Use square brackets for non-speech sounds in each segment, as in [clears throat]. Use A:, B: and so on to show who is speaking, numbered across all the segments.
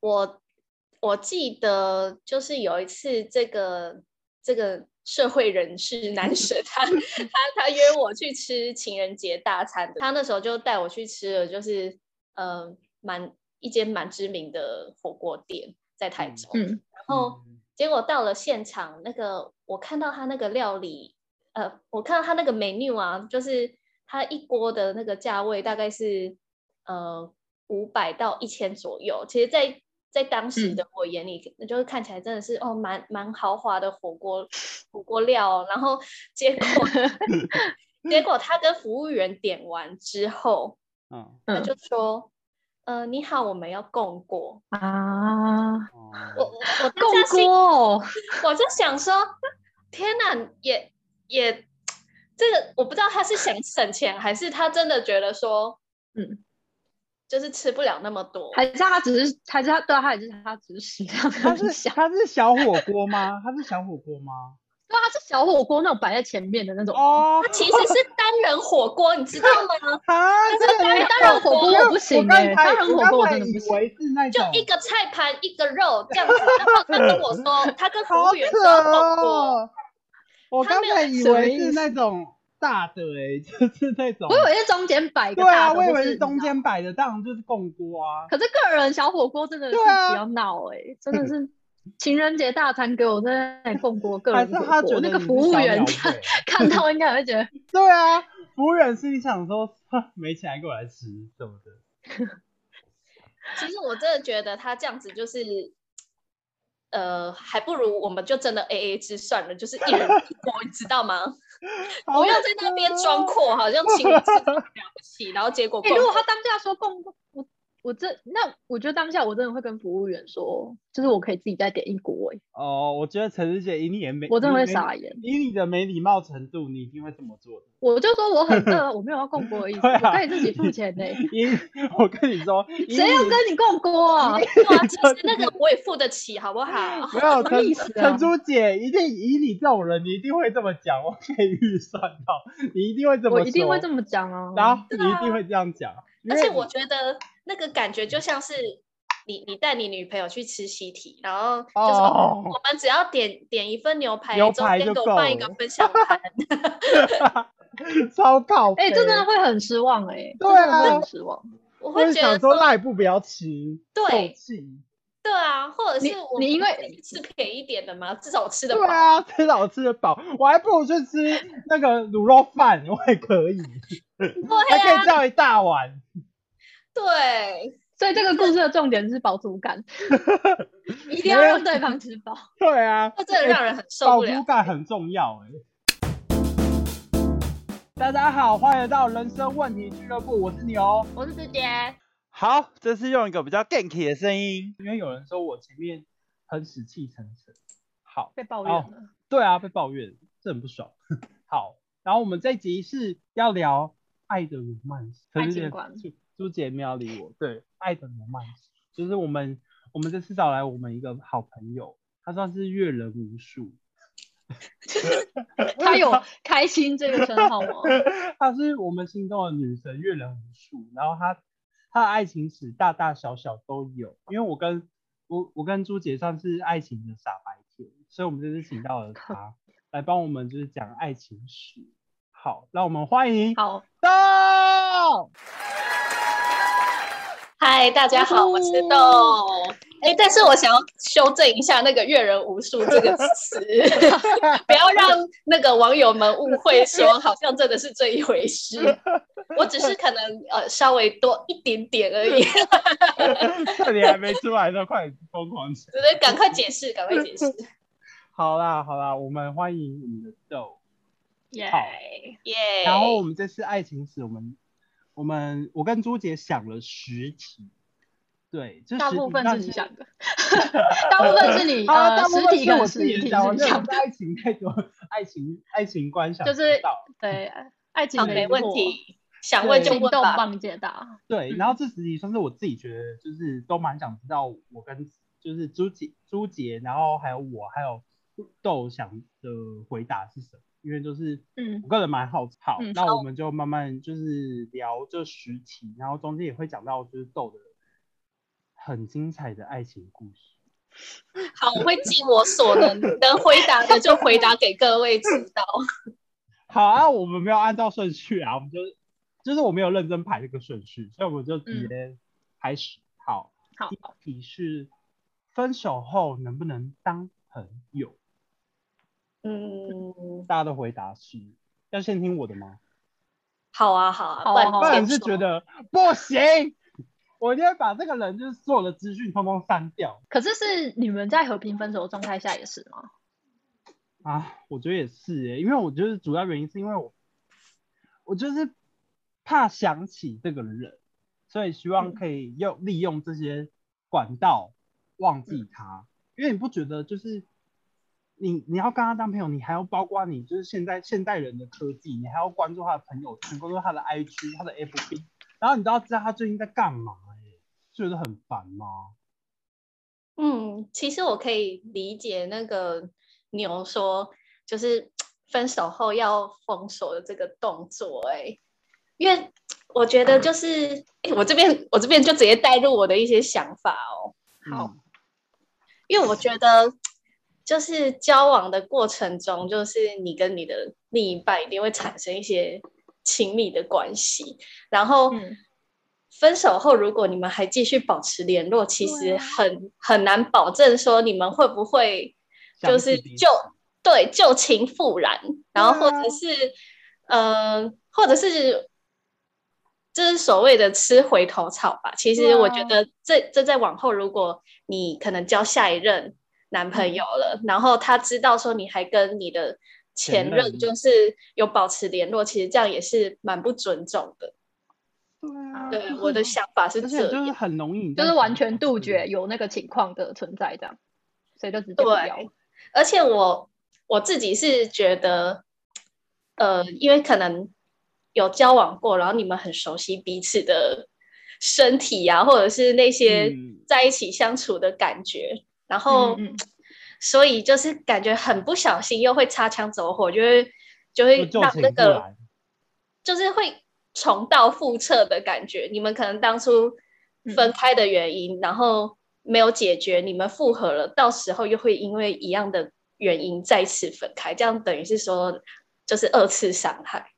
A: 我我记得就是有一次，这个这个社会人士 [laughs] 男神
B: [laughs]
A: 他他他约我去吃情人节大餐的，他那时候就带我去吃了，就是呃蛮一间蛮知名的火锅店在台中，
B: 嗯
A: 然后结果到了现场，那个我看到他那个料理，呃，我看到他那个 menu 啊，就是他一锅的那个价位大概是呃五百到一千左右。其实在，在当时
B: 嗯
A: 的我眼里，那就是看起来真的是哦，蛮蛮豪华的火锅火锅料哦。然
B: [laughs]
A: 后结果 [laughs] 结果他跟服务员点完之后，
C: 嗯
A: 他
B: 嗯
A: 就说。呃，你好，我们要共锅。
B: 啊，
C: 哦，
A: 我我我当
B: 共
A: 下心
B: 锅哦，
A: 我就想说，天哪，也也这个我不知道他是想省钱，还是他真的觉得说，
B: 嗯，
A: 就是吃不了那么多。
B: 还是他只是，还是他对啊，他也是他只是食量
C: 它
B: 很
C: 是
B: 小，
C: 它是小火锅吗？它是小火锅
B: [laughs]
C: 吗？
B: 对啊，他是小火锅那种摆在前面的那种。
C: 哦
A: 他，其实是单人火锅，你知道
C: [laughs]
A: 吗？
C: 啊，
A: 是
C: 这个
A: 当
C: 没
A: 然
B: 当然火锅
C: 有
B: 我不行
C: 哦我
B: 哎、
C: 刚才
B: 当然火锅
C: 我
B: 我
C: 刚
B: 真的
C: 才
B: 不
C: 以
B: 行。
C: 为是那
A: 就
C: 种
A: 一个菜盘一个肉这样子。然后他跟我
C: [laughs]
A: 说，他跟服
C: 好
A: 务员
C: 扯
A: 说火锅，
C: 哦！我
A: 他
C: 刚
A: 没有
C: 才以
B: 什么
C: 为
B: 意
C: 是
B: 思
C: 那种大的哎、 [laughs] 就是那种
B: 我。以为是中间摆一个
C: 对
B: 大
C: 啊，
B: 的，
C: 我以
B: 或
C: 为
B: 是
C: 是中
B: 你知道。
C: 间摆的，当然就是共锅啊。
B: 可是个人小火锅真的是
C: 对啊
B: 比较闹哎、真的是情人节大餐给我在那里奉锅个
C: 还
B: 人
C: 是
B: 火
C: 他觉
B: 锅，那
C: 得
B: 个
C: 你是
B: 服务
C: 小
B: 员
C: 鸟
B: 看
C: 胃 [laughs]
B: 看到应该会觉得
C: 对啊，服务员心里想说， [laughs] 哼没钱还给我来吃什么的。
A: 其实我真的觉得他这样子就是。呃，还不如我们就真的 A A 制算了，就是一人一锅，你知道吗？
C: [laughs] 好
A: 不要在那边装
C: 扯哦。
A: 阔，好像请我吃都了不起，然后结
C: [laughs]
A: 果
B: [laughs] 哎、
A: 逛
B: 如果他当下说共锅，我我这那我觉得当下我真的会跟服务员说，就是我可以自己再点一锅哎、
C: 哦，我觉得陈师姐以你也没，
B: 我真的会
C: 你没
B: 傻眼。
C: 以你的没礼貌程度，你一定会这么
B: [laughs]
C: 做的。
B: 我就说我
C: [laughs]
B: 很饿，我没有要共锅的意思，
C: 对啊
B: 我可以自己付钱
C: [laughs]
B: 呢、
C: 因我跟你说，以
B: 谁要
C: 你
B: 跟你共锅啊？
A: 对
C: [laughs]
A: 啊，其实那个我也付得起，好不好？
C: 没有
B: 么
C: 陈
B: 意思啊
C: 陈珠姐，一定以你这种人，你一定会这么讲，我可以预算到，你一定会这么
B: 我
C: 说，
B: 一定会这么讲啊。
C: 然后
A: 对
C: 你一定
A: 啊
C: 会这样讲，因
A: 而
C: 为
A: 且我觉得那个感觉就像是你你带你女朋友去吃西提，然后就是
B: [laughs]
C: 哦
A: 我们只要点点一份牛排，
C: 牛
A: 中
C: 排
A: 间
C: 就
A: 给
C: 够
A: 我办一
C: 了
A: 个分享
C: [laughs]
A: 盘，
C: 超靠北，
B: 哎、这真的会很失望哎、欸，
C: 对啊
B: 真的会很失望。
A: 我
C: 我
A: 会
C: 是
A: 觉得
C: 想说，那也不不要吃，
A: 对
C: 受气，
A: 对啊，或者
B: 你
A: 是我
B: 你因
A: 们
B: 为
A: 自己吃便宜一点的嘛，至少我吃得
C: 对
A: 饱。
C: 啊，至少吃得饱，我还不如去吃那个卤肉饭，我也可以，还
A: 对
C: 可以
A: 啊，
C: 叫一大碗，
A: 对，
B: 所以这个故事的重点是饱足
C: [laughs]
B: 感，一定要让对方吃饱。
C: 对啊，
A: 这真的让人很受
C: 饱
A: 不了
C: 足。感很重要哎、大家好，欢迎来到人生问题俱乐部，我是哦牛。
A: 我是直接，
C: 好，这次用一个比较 ganky 的声音，因为有人说我前面很死气沉沉。好，
B: 被抱怨
C: 哦
B: 了。
C: 对啊，被抱怨，这很不爽。 [laughs] 好，然后我们这一集是要聊爱的罗曼史，可
B: 爱
C: 是
B: 情
C: 也
B: 观
C: 朱朱姐没有理我。对，爱的罗曼史就是我们我们这次找来我们一个好朋友，他算是阅人无数，
B: 他有开心这个称号吗？
C: 她是啊我们心中的女神，阅人无数。然后她她的爱情史大大小小都有，因为我跟我我跟朱姐算是爱情的傻白甜，所以我们这次请到了她来帮我们就是讲爱情史。好，让我们欢迎
B: 好，
C: 豆。
A: 嗨，大家好，我是豆。哎，但是我想要修正一下那个“阅人无数”这个
C: [laughs]
A: 词，不要让那个网友们误会，说好像真的是这一回事。我只是可能呃稍微多一点点而
C: [laughs]
A: 已，只
C: 趁你还没出来的，快点疯狂起来！
A: 能赶快解释，赶快解释。
C: 好啦好啦，我们欢迎我们的豆。
B: 耶、
C: 好
A: 耶、
B: 哎
C: 然后我们这次爱情史，我们我们我跟朱姐想了十题，对，就
B: 大
C: 十
B: 部
C: 题
B: 分
C: 那
B: 是你
C: 你
B: 想的， [laughs] 大部分是你
C: [laughs] 啊，
B: 呃
C: 大部
B: 实
C: 分
B: 体
C: 是我
B: 跟
C: 自
B: 实体
C: 己
B: 是
C: 讲，我
B: 你
C: 那
B: 想
C: 种
B: 的，
C: 爱情太多，爱情爱情观想
B: 就是
C: 不到
B: 对爱情
A: 好，
B: 的
A: 没
B: 疑
A: 问
B: 惑，
A: 题，想问就
B: 行
A: 问
B: 动
A: 吧。
B: 帮你解答。
C: 对，
B: 嗯
C: 然后这十题算是我自己觉得就是都蛮想知道我跟就是朱姐朱姐，然后还有我还有豆想的回答是什么，因为就是
B: 嗯
C: 我个人蛮好奇。好，
B: 嗯
C: 那我们就慢慢就是聊这十题，然后中间也会讲到就是豆的很精彩的爱情故事。
A: 好，我会尽我所
C: [laughs]
A: 能能回答的就回答给各位知道。
C: 好啊，我们没有按照顺序啊，我们就就是我没有认真排这个顺序，所以我们就直
A: 嗯
C: 接开始。好，
B: 好
C: 第，一题是分手后能不能当朋友？
A: 嗯，
C: 大家都回答是，要先听我的吗？
A: [laughs] 好啊，好啊，
B: 好啊
A: 不然
B: 好
C: 不
B: 啊
C: 然
A: 你
C: 是
A: 先
C: 觉
A: 说
C: 得不行，我一定会把这个人就是所有的资讯通通删掉
B: 可是是你们在和平分手的状态下也是吗？
C: 啊！我觉得也是耶，因为我觉得主要原因是因为我，我就是怕想起这个人，所以希望
B: 嗯
C: 可以用利用这些管道忘
A: 嗯
C: 记他，因为你不觉得就是。你你要跟他当朋友，你还要包括你就是现在现代人的科技，你还要关注他的朋友圈，关注他的 IG、他的 FB，然后你都要知道他最近在干嘛、耶，觉得很烦吗？
A: 嗯，其实我可以理解那个牛说，就是分手后要封锁的这个动作、哎，因为我觉得就是，哎、我这边我这边就直接带入我的一些想法哦，
B: 好
C: 嗯，
A: 因为我觉得就是交往的过程中，就是你跟你的另一半一定会产生一些亲密的关系，然后。
B: 嗯
A: 分手后，如果你们还继续保持联络，其
B: 对
A: 实
B: 啊
A: 很很难保证说你们会不会
C: 想
A: 就
C: 起
A: 是
C: 彼此
A: 旧对旧情复燃，然后或
C: 对啊
A: 者是呃，或者是就是所谓的吃回头草吧。其
C: 对
A: 实
C: 啊
A: 我觉得这这在往后，如果你可能交下一任男朋友了，然后他知道说你还跟你的前
C: 嗯前
A: 任
C: 任
A: 就是有保持联络，其实这样也是蛮不尊重的。
C: 对啊，
A: 对，
C: 就是
A: 我的想法是
C: 而
A: 这
C: 且就是
A: 样。
C: 很容易，
B: 就是完全杜绝。有那个情况的存在，这样，所以就直接不
A: 对
B: 聊。
A: 而且我我自己是觉得，呃，因为可能有交往过，然后你们很熟悉彼此的身体呀、或者是那些
C: 嗯
A: 在一起相处的感觉，然后、
B: 嗯嗯
A: 所以就是感觉很不小心又会擦枪走火，就会就会
C: 就
A: 让
C: 情
A: 那
C: 不
A: 个
C: 来
A: 就是会重蹈覆辙的感觉。你们可能当初分开的原因，然后没有解决，你们复合了，到时候又会因为一样的原因再次分开，这样等于是说就是二次伤害。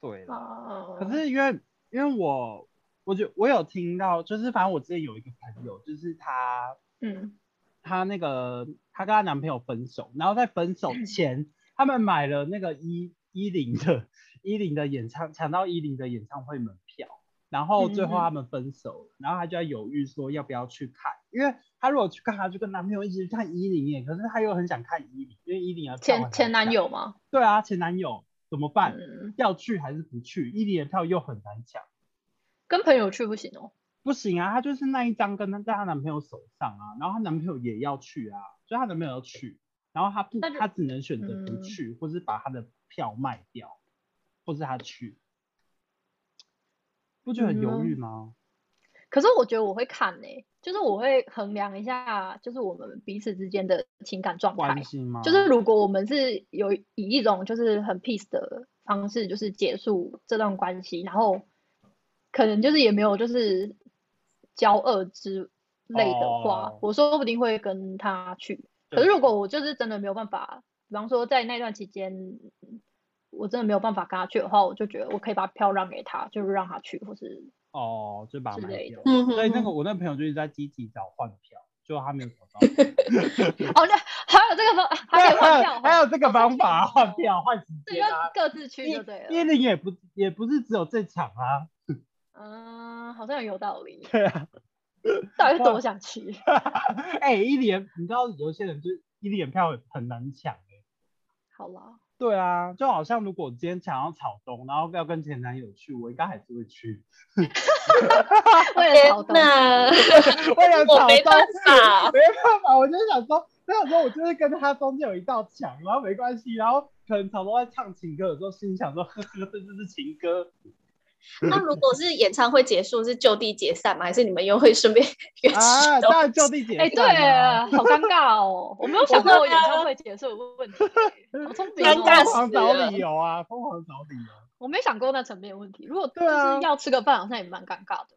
C: 对啦
B: 啊
C: 可是因为因为我，我就我有听到，就是反正我之前有一个朋友，就是她
B: 嗯，
C: 她那个她跟她男朋友分手，然后在分手前，他们买了那个一一零的一零的演唱抢到一零的演唱会门票，然后最后
B: 嗯嗯
C: 他们分手了，然后她就在犹豫说要不要去看，因为她如果去看，她就跟男朋友一起去看一零耶，可是她又很想看一零，因为一零的票
B: 前
C: 很
B: 前
C: 难
B: 男
C: 抢
B: 友吗？
C: 对啊前男友怎么办？
B: 嗯，
C: 要去还是不去？一零的票又很难抢。
B: 跟朋友去不行哦。
C: 不行啊，她就是那一张跟她在她男朋友手上啊，然后她男朋友也要去啊，所以她男朋友要去，然后她不，
B: 那就
C: 她只能选择不
B: 嗯
C: 去，或是把她的票卖掉，或是她去，不觉得很犹
B: 嗯
C: 豫吗？
B: 可是我觉得我会看呢、就是我会衡量一下，就是我们彼此之间的情感状态
C: 关。心吗？
B: 就是如果我们是有以一种就是很 peace 的方式，就是结束这段关系，然后可能就是也没有就是交恶之类的话
C: 哦
B: 我说不定会跟他去。
C: 对
B: 可是如果我就是真的没有办法，比方说在那段期间，我真的没有办法跟他去的话，我就觉得我可以把票让给他，就是让他去，或是 [laughs]
C: 哦，就把它
B: 之
C: 卖
B: 类
C: 掉
B: 的。
A: 嗯
C: 所以
B: [laughs]
C: 那个我那朋友就一直在积极找换票，结果他没有找到。
B: 哦，那还有这个 [laughs] 方，还可以换票，
C: [laughs] 还有这个方法啊
B: 哦
C: 换票换时
B: 这
C: 间
B: 就
C: 啊。
B: 各自去
C: 一
B: 就对
C: 一
B: 了。
C: 零也不也不是只有这场啊，
B: 嗯，好像有道理。
C: [laughs] 对啊。
B: [laughs] 到底是
C: 哇
B: 多想去？ [laughs]
C: 哎、一脸，你知道有些人就是一脸票很很难抢、欸、
B: 好
A: [laughs]
B: 啦，
C: 对啊，就好像如果我今天抢到草东，然后要跟前男友去，我应该还是会去。
B: 为了
A: 天
B: 草东，
A: 哪，
C: 为了
A: 我
C: 草
A: 没
C: 东，
A: 办法，
C: 没办法，我就想说，我想说我就是跟他中间有一道墙，然后没关系，然后可能草东在唱情歌的时候，心里想说，呵呵，这就是情歌。
A: 那 [laughs] 如果是演唱会结束，是就地解散吗？还是你们又会顺便
C: [laughs]
A: 约
C: 啊，
A: 吃东
C: 当然就地解
B: 哎、对
C: 散啊，
B: 耶，好尴尬哦，我没有想
A: 对啊
B: 过演唱会结束的问题耶，好聪明
A: 尴尬
C: 疯
B: 哦，
A: 死
C: 狂找
A: 了
C: 理由啊，疯狂找理由。
B: 我没想过那层面的问题。如果就
C: 对啊
B: 是要吃个饭，好像也蛮尴尬的。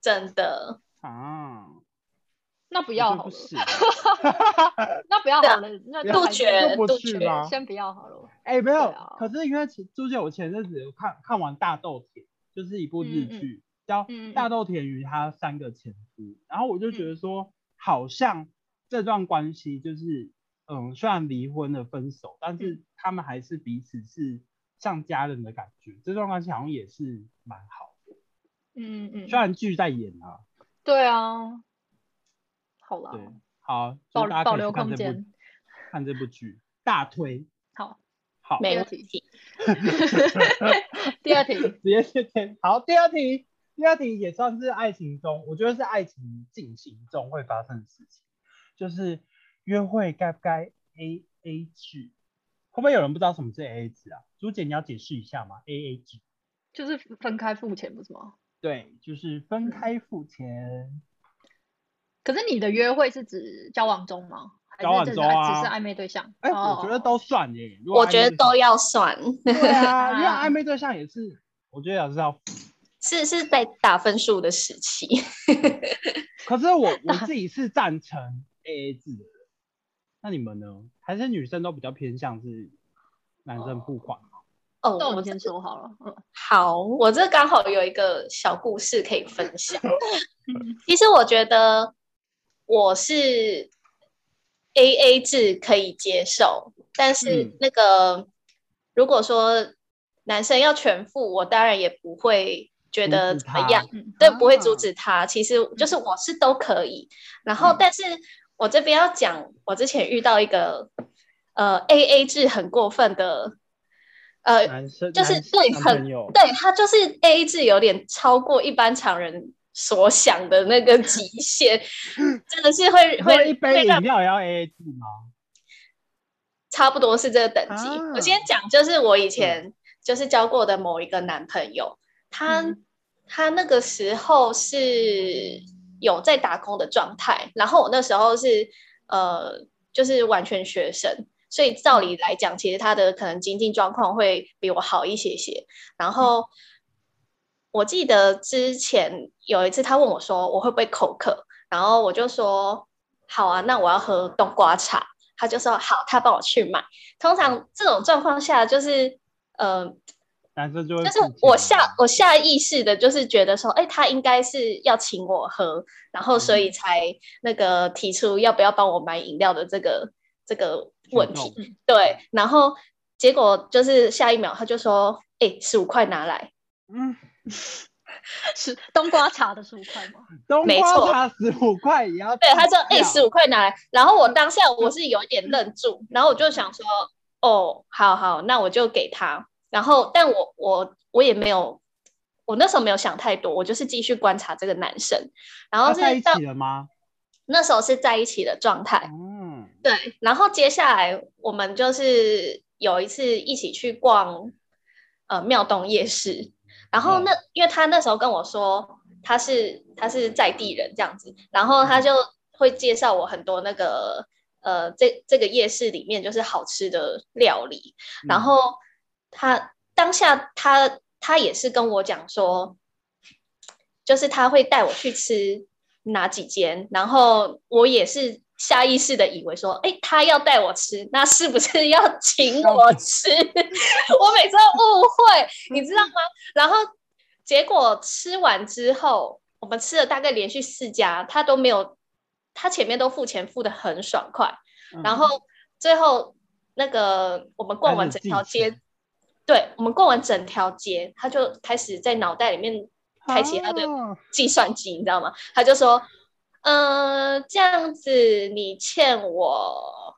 A: 真的，
C: 啊，
B: 那不
C: 不
B: 要好
C: 不
B: 了，
C: 是。
B: 那不要
A: 对啊
B: 好了，那就
C: 要
A: 杜
B: 还是
A: 绝
C: 那不
A: 杜
C: 是
A: 绝，
C: 吗
B: 先不要好了。
C: 哎、没有，
B: 对啊
C: 可是因为其朱姐，我前阵子有看看完《大豆田》，就是一部日
B: 嗯嗯
C: 剧，叫
B: 嗯嗯
C: 《大豆田与她三个前夫》，然后我就觉
B: 嗯
C: 得说，好像这段关系就是，嗯，虽然离婚了分手，但
B: 嗯
C: 是他们还是彼此是像家人的感觉，这段关系好像也是蛮好的，
B: 嗯嗯嗯，
C: 虽然剧在演啊，
B: 对啊，好啦，
C: 对，好，
B: 嗯保
C: 就大家
B: 保
C: 可以
B: 留
C: 去看
B: 空
C: 这部
B: 间，
C: 看这部剧，大推，
B: 好，
C: 好，
A: 没
B: 第二
A: 问
B: 题
A: 题。
B: [laughs] 第二题，
C: 直接先填。好，第二题，第二题也算是爱情中，我觉得是爱情进行中会发生的事情，就是约会该不该 A A 制？会不会有人不知道什么是 A A 制啊？朱姐，你要解释一下吗？A A 制，
B: 就是分开付钱不是吗？
C: 对，就是分开付钱。
B: 可是你的约会是指交往中吗？还
C: 交往
B: 是这
C: 中啊
B: 只是暧昧对象？
C: 哎、
B: 哦
C: 我觉得都算耶。如果
A: 我觉
C: 暧
A: 得
C: 昧对
A: 都
C: 象
A: 要算， [laughs]
C: 对啊，因为
B: 啊
C: 暧昧对象也是，我觉得也是要。
A: 是是在打分数的时期。
C: 可是
A: [laughs]
C: 我我自己是赞成 A A 制的人，那你们呢？还是女生都比较偏向是男生付款？
A: 哦，
B: 那我
A: 我
B: 们
A: 这
B: 先说好了，嗯
A: 好，我这刚好有一个小故事可以分
C: [laughs]
A: 享。
B: 嗯
A: 其实我觉得我是 A A 制可以接受，但
C: 嗯
A: 是那个、如果说男生要全付，我当然也不会觉
C: 阻
A: 得
C: 止
A: 怎么
C: 他
A: 样。
B: 嗯，
A: 对，不会阻
C: 啊
A: 止他。其实就是我是都可以。然后
C: 嗯，
A: 但是我这边要讲，我之前遇到一个呃 A A 制很过分的，呃，
C: 男生
A: 就是
C: 男
A: 对
C: 男
A: 很
C: 朋友
A: 对他就是 A A 制有点超过一般常人所想的那个极
C: [laughs]
A: 限，真的是会
C: 喝
A: 会
C: 一
A: 会
C: 杯
A: 让
C: 饮料也要 A A 制吗？
A: 差不多是这个等级。
C: 啊
A: 我先讲，就是我以
C: 嗯
A: 前就是交过的某一个男朋友，他、
B: 嗯
A: 他那个时候是有在打工的状态，然后我那时候是呃，就是完全学生。所以照理来讲，其实他的可能经济状况会比我好一些些。然后我记得之前有一次，他问我说我会不会口渴，然后我就说好啊，那我要喝冬瓜茶。他就说好，他帮我去买。通常这种状况下，就是呃，
C: 男生就会
A: 就是
C: 付钱啊
A: 我
C: 吗
A: 下我下意识的，就是觉得说，哎、他应该是要请我喝，然后所
C: 嗯
A: 以才那个提出要不要帮我买饮料的这个这个问题。
C: 举
A: 对，然后结果就是下一秒他就说，哎、十五块拿来。
C: 动嗯，
B: [laughs] 是冬瓜茶的十五块吗？
C: 冬
A: 没
C: 瓜
A: 错
C: 茶十五块也要计
A: 对
C: 较。，
A: 他说哎十五块拿来，然后我当下
C: 嗯
A: 我是有一点愣住，然后我就想说哦，好好，那我就给他。然后，但我我我也没有，我那时候没有想太多，我就是继续观察这个男生。然后
C: 他
A: 是
C: 在一
A: 到
C: 起了吗？
A: 那时候是在一起的状态，
C: 嗯，
A: 对，然后接下来我们就是有一次一起去逛呃庙东夜市，然后那、因为他那时候跟我说他是他是在地人这样子，然后他就会介绍我很多那个呃这这个夜市里面就是好吃的料理，然后他当下他他也是跟我讲说，就是他会带我去吃哪几间，然后我也是下意识的以为说，哎，他要带我吃，那是不是要请我吃？ [laughs] 我每次都误会，你知道吗？然后结果吃完之后，我们吃了大概连续四家，他都没有，他前面都付钱付的很爽快，
C: 嗯
A: 然后最后那个我们逛完整条
C: 开始
A: 街，对我们逛完整条街，他就开始在脑袋里面开启他的
C: 啊
A: 计算机，你知道吗？他就说，呃，这样子你欠我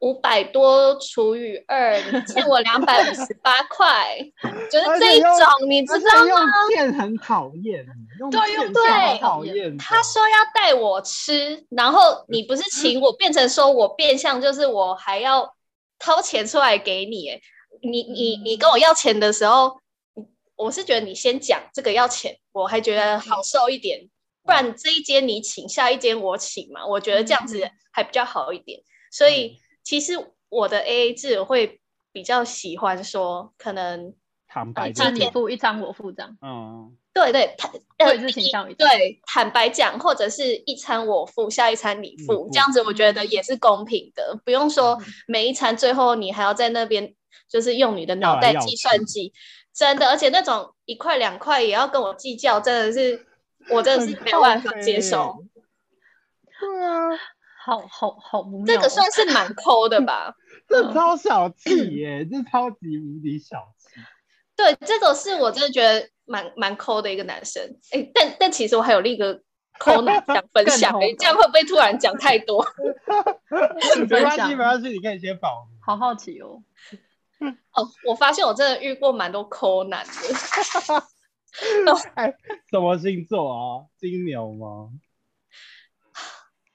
A: 五百多除以二，你欠我两百五十八块， [laughs] 就是这一种，你知
C: 而且
A: 道吗？
C: 用剑很讨厌，用
B: 对用
C: 剑是
A: 剑
C: 很讨厌的。
A: 他说要带我吃，然后你不是请我，变成说我变相就是我还要掏钱出来给你。哎，你你你跟我要钱的时候，我是觉得你先讲这个要钱，我还觉得好受一点。不然这一间你请，下一间我请嘛，我觉得这样子还比较好一点。所
C: 嗯
A: 以其实我的 A A 制我会比较喜欢说，可能
C: 坦
B: 啊
C: 白
B: 一
C: 的
B: 张
A: 呃
B: 你
A: 天
C: 说，
B: 付，一张我付这样。
C: 嗯，
A: 对对，坦
B: 我
A: 呃
B: 也是倾向于这样
A: 对坦白讲，或者是一餐我付，下一餐你
C: 你
A: 付
C: 付，
A: 这样子我觉得也是公平的，不用
C: 嗯
A: 说每一餐最后你还要在那边就是用你的脑袋
C: 要来要去
A: 计算机，真的，而且那种一块两块也要跟我计较，真的是我真的是
C: 很欸
A: 没有办法
C: 靠
A: 接
C: 北
A: 受，
C: 对啊，
B: 好好好不妙
A: 这
B: 哦。
A: 个算是蛮抠的吧。
C: 这超小气
B: [clears throat]
C: 耶，这超级无敌小气。
A: 对，这个是我真的觉得蛮蛮抠的一个男生。哎，但但其实我还有另一个抠
C: [laughs]
A: 男想分
B: 更
A: 享，
B: 抠
A: 哎，这样会不会突然讲太多？
C: 没关
B: 分
C: 系，
B: 享
C: 没关系，你可以先保留。
B: 好好奇哦。
A: 哦，我发现我真的遇过蛮多抠男的，
C: 什么星座啊？金牛吗？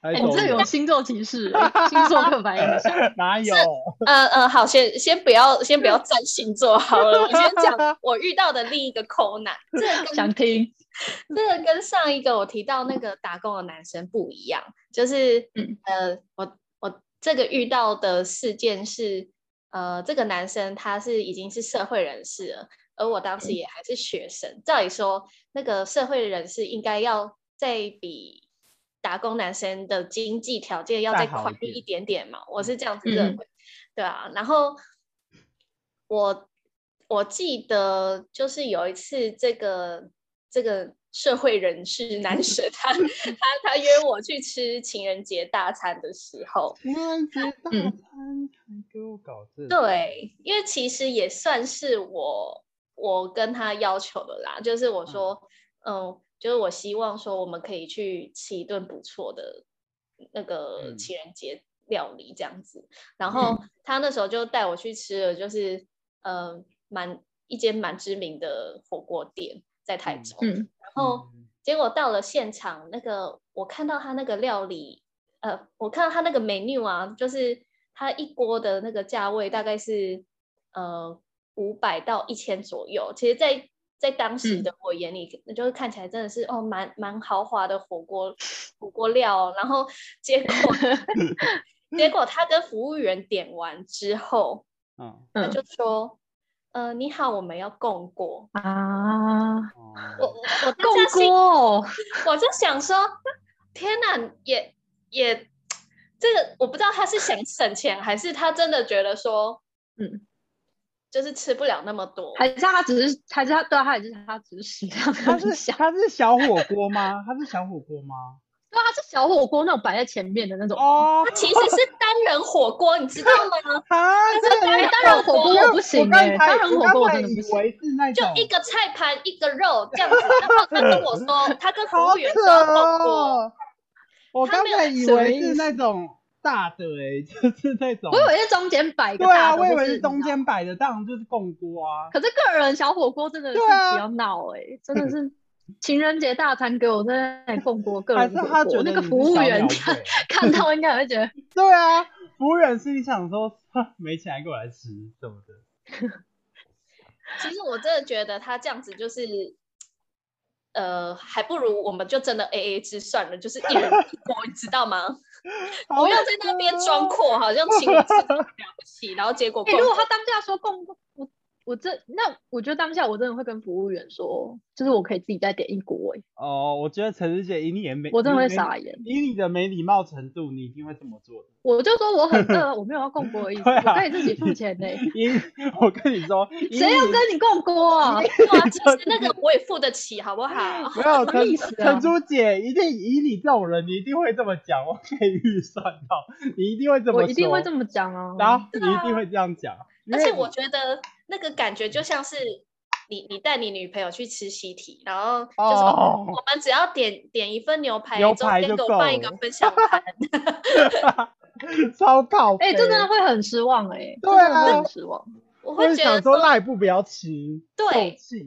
C: 还
B: 哎，
C: 是
B: 你
C: 什
B: 这
C: 么
B: 有星座歧视欸，星座刻板印 [laughs] 象。
C: 哪有？ [laughs]
A: 嗯嗯，好，先先不要先不要占星座好
C: [laughs]
A: 了，我先讲我遇到的另一个抠男，这个跟
B: 想听，
A: 这个跟上一个我提到那个打工的男生不一样，就是、
B: 嗯
A: 呃，我我这个遇到的事件是，呃，这个男生他是已经是社会人士了，而我当时也还是学生。照理说，那个社会人士应该要再比打工男生的经济条件要
C: 再
A: 再
C: 好一
A: 宽裕
C: 点
A: 一点点嘛，我是这样子
B: 嗯
A: 认为，对啊。然后我我记得就是有一次，这个这个社会人士 [laughs] 男神他他他约我去吃情人节大餐的时候，
C: 情人节大
B: 嗯
C: 餐还给我搞这？，
A: 对，因为其实也算是我我跟他要求的啦，就是我说，嗯、就是我希望说我们可以去吃一顿不错的那个
C: 嗯
A: 情人节料理这样子。然后他那时候就带我去吃了，就是呃，蛮一间蛮知名的火锅店在台
C: 嗯
A: 中，
B: 嗯，
A: 然后。结果到了现场，那个我看到他那个料理，呃，我看到他那个 menu 啊，就是他一锅的那个价位大概是呃五百到一千左右。其实在，在当时的我眼里，就是看起来真的是哦，蛮蛮豪华的火锅火锅料哦、然后结果， [laughs] 结果他跟服务员点完之后，
C: 嗯
A: 他
B: 嗯
A: 就说：“呃，你好，我们要共锅。
B: 啊，
C: 哦，
A: 我”我我当
B: 共
A: 下心
B: 锅哦，
A: 我就想说，天哪，也也这个我不知道他是想省钱，还是他真的觉得说，
B: 嗯，
A: 就是吃不了那么多。
B: 还是他只是，还是他对啊，他也是他只是食量
C: 他
B: 很
C: 是
B: 小，
C: 他是小火锅吗？他是小火
B: [laughs]
C: 锅吗？
B: 对啊，他是小火锅那种摆在前面的那种。
C: 哦
A: 他，其实是单人火锅，你知道吗？
C: 啊，这个
B: 哎，
C: 人
B: 当然火锅我不行
C: 刚
B: 哎，
C: 才
B: 当然火锅
C: 我
B: 我
C: 刚才
B: 真的不
C: 以
B: 行。
C: 为是那
A: 就
C: 种
A: 一个菜盘一个肉这样子，然后他跟我说，他跟服
C: 好
A: 务员
C: 扯
A: 说要火锅，
C: 哦！我
A: 他
C: 刚
A: 没有
C: 才以
B: 什么
C: 为
B: 意思
C: 是那种大的哎，就是那种
B: 我以为是中间摆一个
C: 对啊，
B: 大的，
C: 我以
B: 或
C: 为
B: 是
C: 是中。间摆的，当然就是共锅啊。
B: 可是个人小火锅真的是
C: 对啊
B: 比较闹哎，真的是情人节大餐给我在那里共锅个
C: 还
B: 人
C: 是
B: 火
C: 他觉
B: 锅，
C: 得
B: 那个
C: 你
B: 服
C: 是
B: 务
C: 小
B: 员
C: 鸟
B: 看看
C: 胃
B: 到应该会觉得
C: 对啊，服务员心里想说，哼没钱还给我来吃什么的。
A: 其实我真的觉得他这样子就是，呃，还不如我们就真的 A A 制算了，就是一人一锅，你知道吗？不要在那边
C: 哦
A: 装阔，好像
C: [laughs]
A: 请我吃饭了不起，然后结果
B: 哎、
A: 逛
B: 如果他当下说共锅，我我这那我觉得当下我真的会跟服务员说，就是我可以自己再点一锅、欸，
C: 哦，我觉得陈志杰以你也没，
B: 我真的会
C: 你没
B: 傻眼。
C: 以你的没礼貌程度，你一定会这么做的。
B: 我就说我很饿，我没有要共锅的意思，
C: 对啊
B: 我可以自己付钱呢、
C: 因 [laughs] 我跟你说，以
B: 谁要
C: 你
B: 跟你共锅啊？
A: 哇，
C: [laughs]
A: 其实那个我也付得起，好不好？
C: 没有
B: 么
C: 陈
B: 意思啊
C: 陈珠姐，一定以你这种人，你一定会这么讲，我可以预算到，你一定会这么
B: 我
C: 说，
B: 一定会这么讲啊。
C: 然后你
A: 对啊
C: 一定会这样讲，因
A: 而且
C: 为
A: 我觉得那个感觉就像是你你带你女朋友去吃西提，然后就说、
C: 哦
A: 我们只要点点一份牛排，
C: 牛
A: 中
C: 排
A: 间
C: 就
A: 给我
C: 够
A: 放一个
C: 了
A: 分享盘，
C: [laughs] 你超靠
B: 哎、
C: 北
B: 这真的会很失望哎、欸，这
C: 对啊
B: 真的会很失望。
A: 我
C: 我
A: 会
C: 就
A: 觉得
C: 想说，那也不不要吃，
A: 对
C: 受气。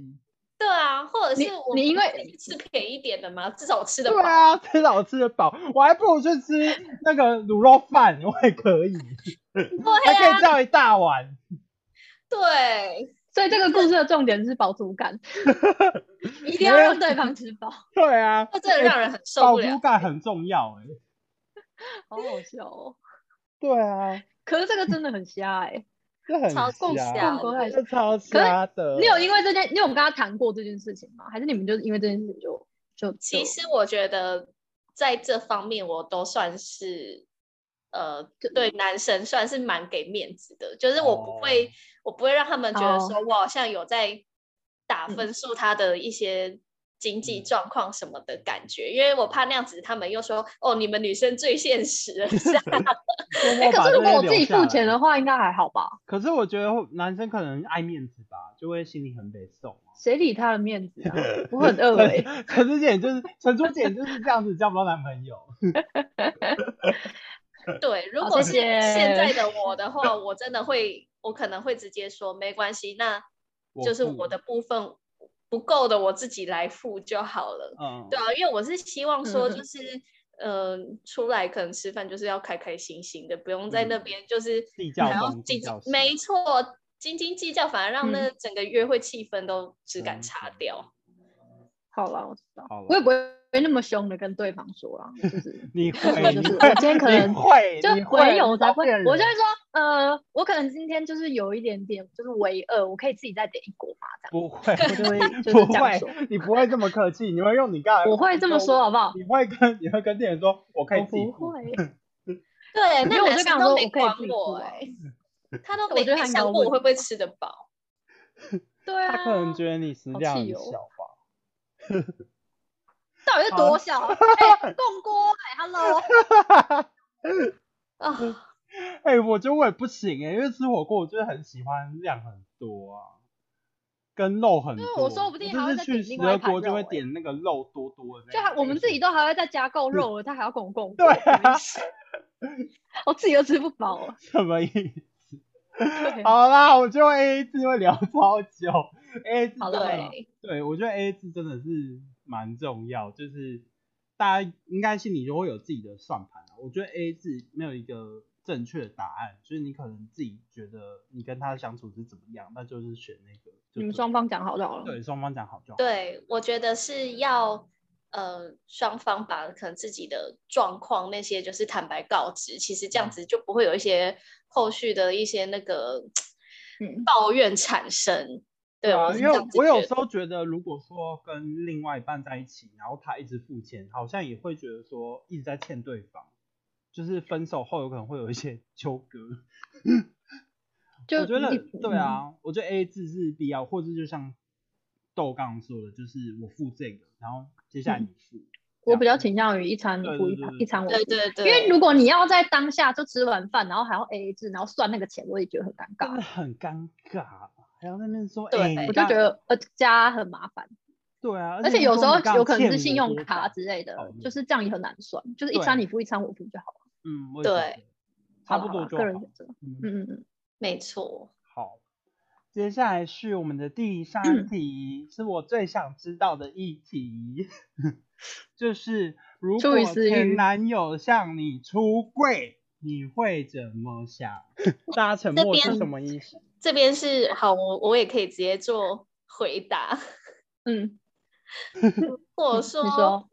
A: 对啊，或者
B: 你
A: 是我
B: 你因
A: 们
B: 为
A: 可以吃便宜一点的嘛，至少我吃得
C: 对
A: 饱。
C: 啊，至少吃得饱，我还不如去吃那个卤肉饭，我也可以，还
A: 对
C: 可以
A: 啊，
C: 叫一大碗。
A: 对，
B: 所以这个故事的重点是饱足
C: [laughs]
B: 感，一定要
C: 没有
B: 让对方吃饱，好
C: 对啊，
A: 那真的
C: 哎
A: 让人很受
C: 饱
A: 不了
C: 足。感很重要哎、
B: 好笑哦。
C: 对啊，啊
B: 可是这个真的很瞎哎、
C: 这很
A: 超级
C: 瞎
A: 瞎，
B: 共国
C: 这超瞎啊的。
B: 你有因为这件，你有跟他谈过这件事情吗？还是你们就是因为这件事情就就就
A: 其实我觉得在这方面我都算是，呃，对男生算是蛮给面子的，就是我不会，
C: 哦
A: 我不会让他们觉得
B: 哦
A: 说我好像有在打
B: 嗯
A: 分数他的一些经济
C: 嗯
A: 状况什么的感觉，因为我怕那样子他们又说哦，你们女生最现实了， [laughs]
B: [laughs]
A: 这样
C: 周末
B: 哎、可
C: 把
B: 是如
C: 这
B: 果
C: 些
B: 我自己
C: 留下
B: 付
C: 来
B: 钱的话，应该还好吧？
C: 可是我觉得男生可能爱面子吧，就会心里很被送。 [laughs]
B: 谁理他的面子啊？我很饿哎、
C: 陈之姐就是陈朱姐就是这样子交不到男朋友。
A: 对，如
B: 好
A: 果是
B: 谢谢
A: 现在的我的
B: [laughs]
A: 话，我真的会，我可能会直接说没关系，那就是
C: 付
A: 我的，部分不够的我自己来付就好了。
C: 嗯，
A: 对啊，因为我是希望说，
B: 嗯嗯
A: 就是呃，出来可能吃饭就是要开开心心的，不用在那
C: 嗯
A: 边就是
C: 计较
A: 还要斤
C: 东计
A: 斤
C: 较，西
A: 没错，斤斤计较，反而让那
B: 嗯
A: 整个约会气氛都质感
C: 嗯
A: 差掉。
B: 好了，我知道，
C: 好了
B: 我也不会那么凶的跟对方说啦，就是。
C: 你会，
B: 就
C: 你
B: 是
C: 会
B: 我今天可
C: 你
B: 能
C: 会，
B: 就
C: 你
B: 没
C: 会，
B: 有，我
C: 你
B: 才
C: 都
B: 会
C: 骗，人
B: 我就会说，呃，我可能今天就是有一点点，就是唯二，我可以自己再点一锅嘛，这样，
C: 不会，
B: [laughs] 我就会就是
C: 不
B: 这样说，
C: 会， [laughs] 你不会这么客气，你会用你刚才，
B: 我会这么说，，好不
C: [laughs]
B: 好？
C: 你会跟你会跟店员说，我可以
B: 我
C: 自己
B: 不
C: 付，
B: 会，
A: 对，
B: 没
A: 那
B: 有我
A: 男生
B: 就跟他
A: 都没
B: 说我可以
A: 管
B: 自己付
A: 我
B: 啊
A: 哎、他都
B: 我
A: 没
B: 觉得
A: 没
B: 他应
A: 想
B: 该
A: 过我
B: 问
A: 会不会
B: 吧
A: 吃得饱。
B: 对啊，
C: 他可能觉得你食
B: 好
C: 量很
B: 气哦
C: 小吧。
B: 到底是多小啊？
C: [laughs]
B: 哎，共锅哎，Hello，
A: 啊，
C: 哎、我觉得我也不行哎、因为吃火锅我就是很喜欢量很多啊，跟肉很多。
B: 对啊我说不定还
C: 就
B: 会
C: 是
B: 再
C: 去
B: 点
C: 十
B: 另外
C: 二
B: 一盘
C: 锅就会
B: 肉欸
C: 点那个肉多多的那
B: 就
C: 种
B: 还我们自己都还要再加够肉了，他还要跟我共锅，
C: 对啊
B: 什么意思我自己都吃不饱了。
C: 什么意思？ [laughs]
B: 对
C: 好啦，我觉得 A A 制会聊超久，A A 制
B: 好了
C: 对
A: 对。
C: 对，我觉得 A A 制真的是蛮重要，就是大家应该心里都会有自己的算盘啊。我觉得 A A 制没有一个正确的答案，就是你可能自己觉得你跟他相处是怎么样，那就是选那个。就
B: 你们
C: 对
B: 双方讲好就好了。
C: 对双方讲好就好。
A: 对，我觉得是要呃双方把可能自己的状况那些就是坦白告知，其实这样
C: 嗯
A: 子就不会有一些后续的一些那个
B: 嗯，
A: 抱怨产生。对，
C: 啊，
A: 我是
C: 因
A: 这
C: 为
A: 样子
C: 我有
A: 觉
C: 时候觉得，如果说跟另外一半在一起，然后他一直付钱，好像也会觉得说一直在欠对方，就是分手后有可能会有一些 [laughs] 纠葛。
B: 就
C: 我觉得
B: 一嗯
C: 对，啊，我觉得 A A 制是必要，或者就像豆刚刚说的，就是我付这个，然后接下来你
B: [laughs]
C: 付。
B: 我比较倾向于一餐你
C: 对
B: 付
C: 对
B: 一
C: 对
B: 餐，
C: 对
B: 一餐我
A: 得对
B: 付。
A: 对
B: 因
A: 对，
B: 为如果你要在当下就吃完饭，然后还要 A A 制，然后算那个钱，我也觉得很尴
C: 真的
B: 尬。
C: 很尴尬，啊还要在那边说，
A: 对
C: 哎
A: 我
C: 你
B: 我就
C: 刚
B: 觉得呃加很麻烦，
C: 对啊，
B: 而且
C: 你
B: 有
C: 说
B: 时候
C: 你刚
B: 有可能
C: 欠
B: 是
C: 我
B: 信用
C: 多
B: 卡
C: 少
B: 之类的
C: 讨，
B: 就
C: 厌
B: 是这样也很难算，就是一
C: 对
B: 餐你付一餐我付就好了。
C: 嗯，我也觉
A: 对
C: 得差
B: 好
C: 不
B: 啦好
C: 多
B: 啦
C: 就
B: 个人
C: 好
B: 选择。
C: 嗯
B: 嗯嗯嗯，
A: 没错。
C: 好，接下来是我们的第三题，是我最想知道的一题， [laughs] 就是如
B: 出
C: 果
B: 于私
C: 前
B: 欲
C: 男友向你出柜，你会怎么想？大家沉
A: 这
C: 默是
A: 边
C: 什么意思？
A: 这边是好，我我也可以直接做回答。
B: 嗯，
A: 如果
B: 你
C: 嗯
B: 你说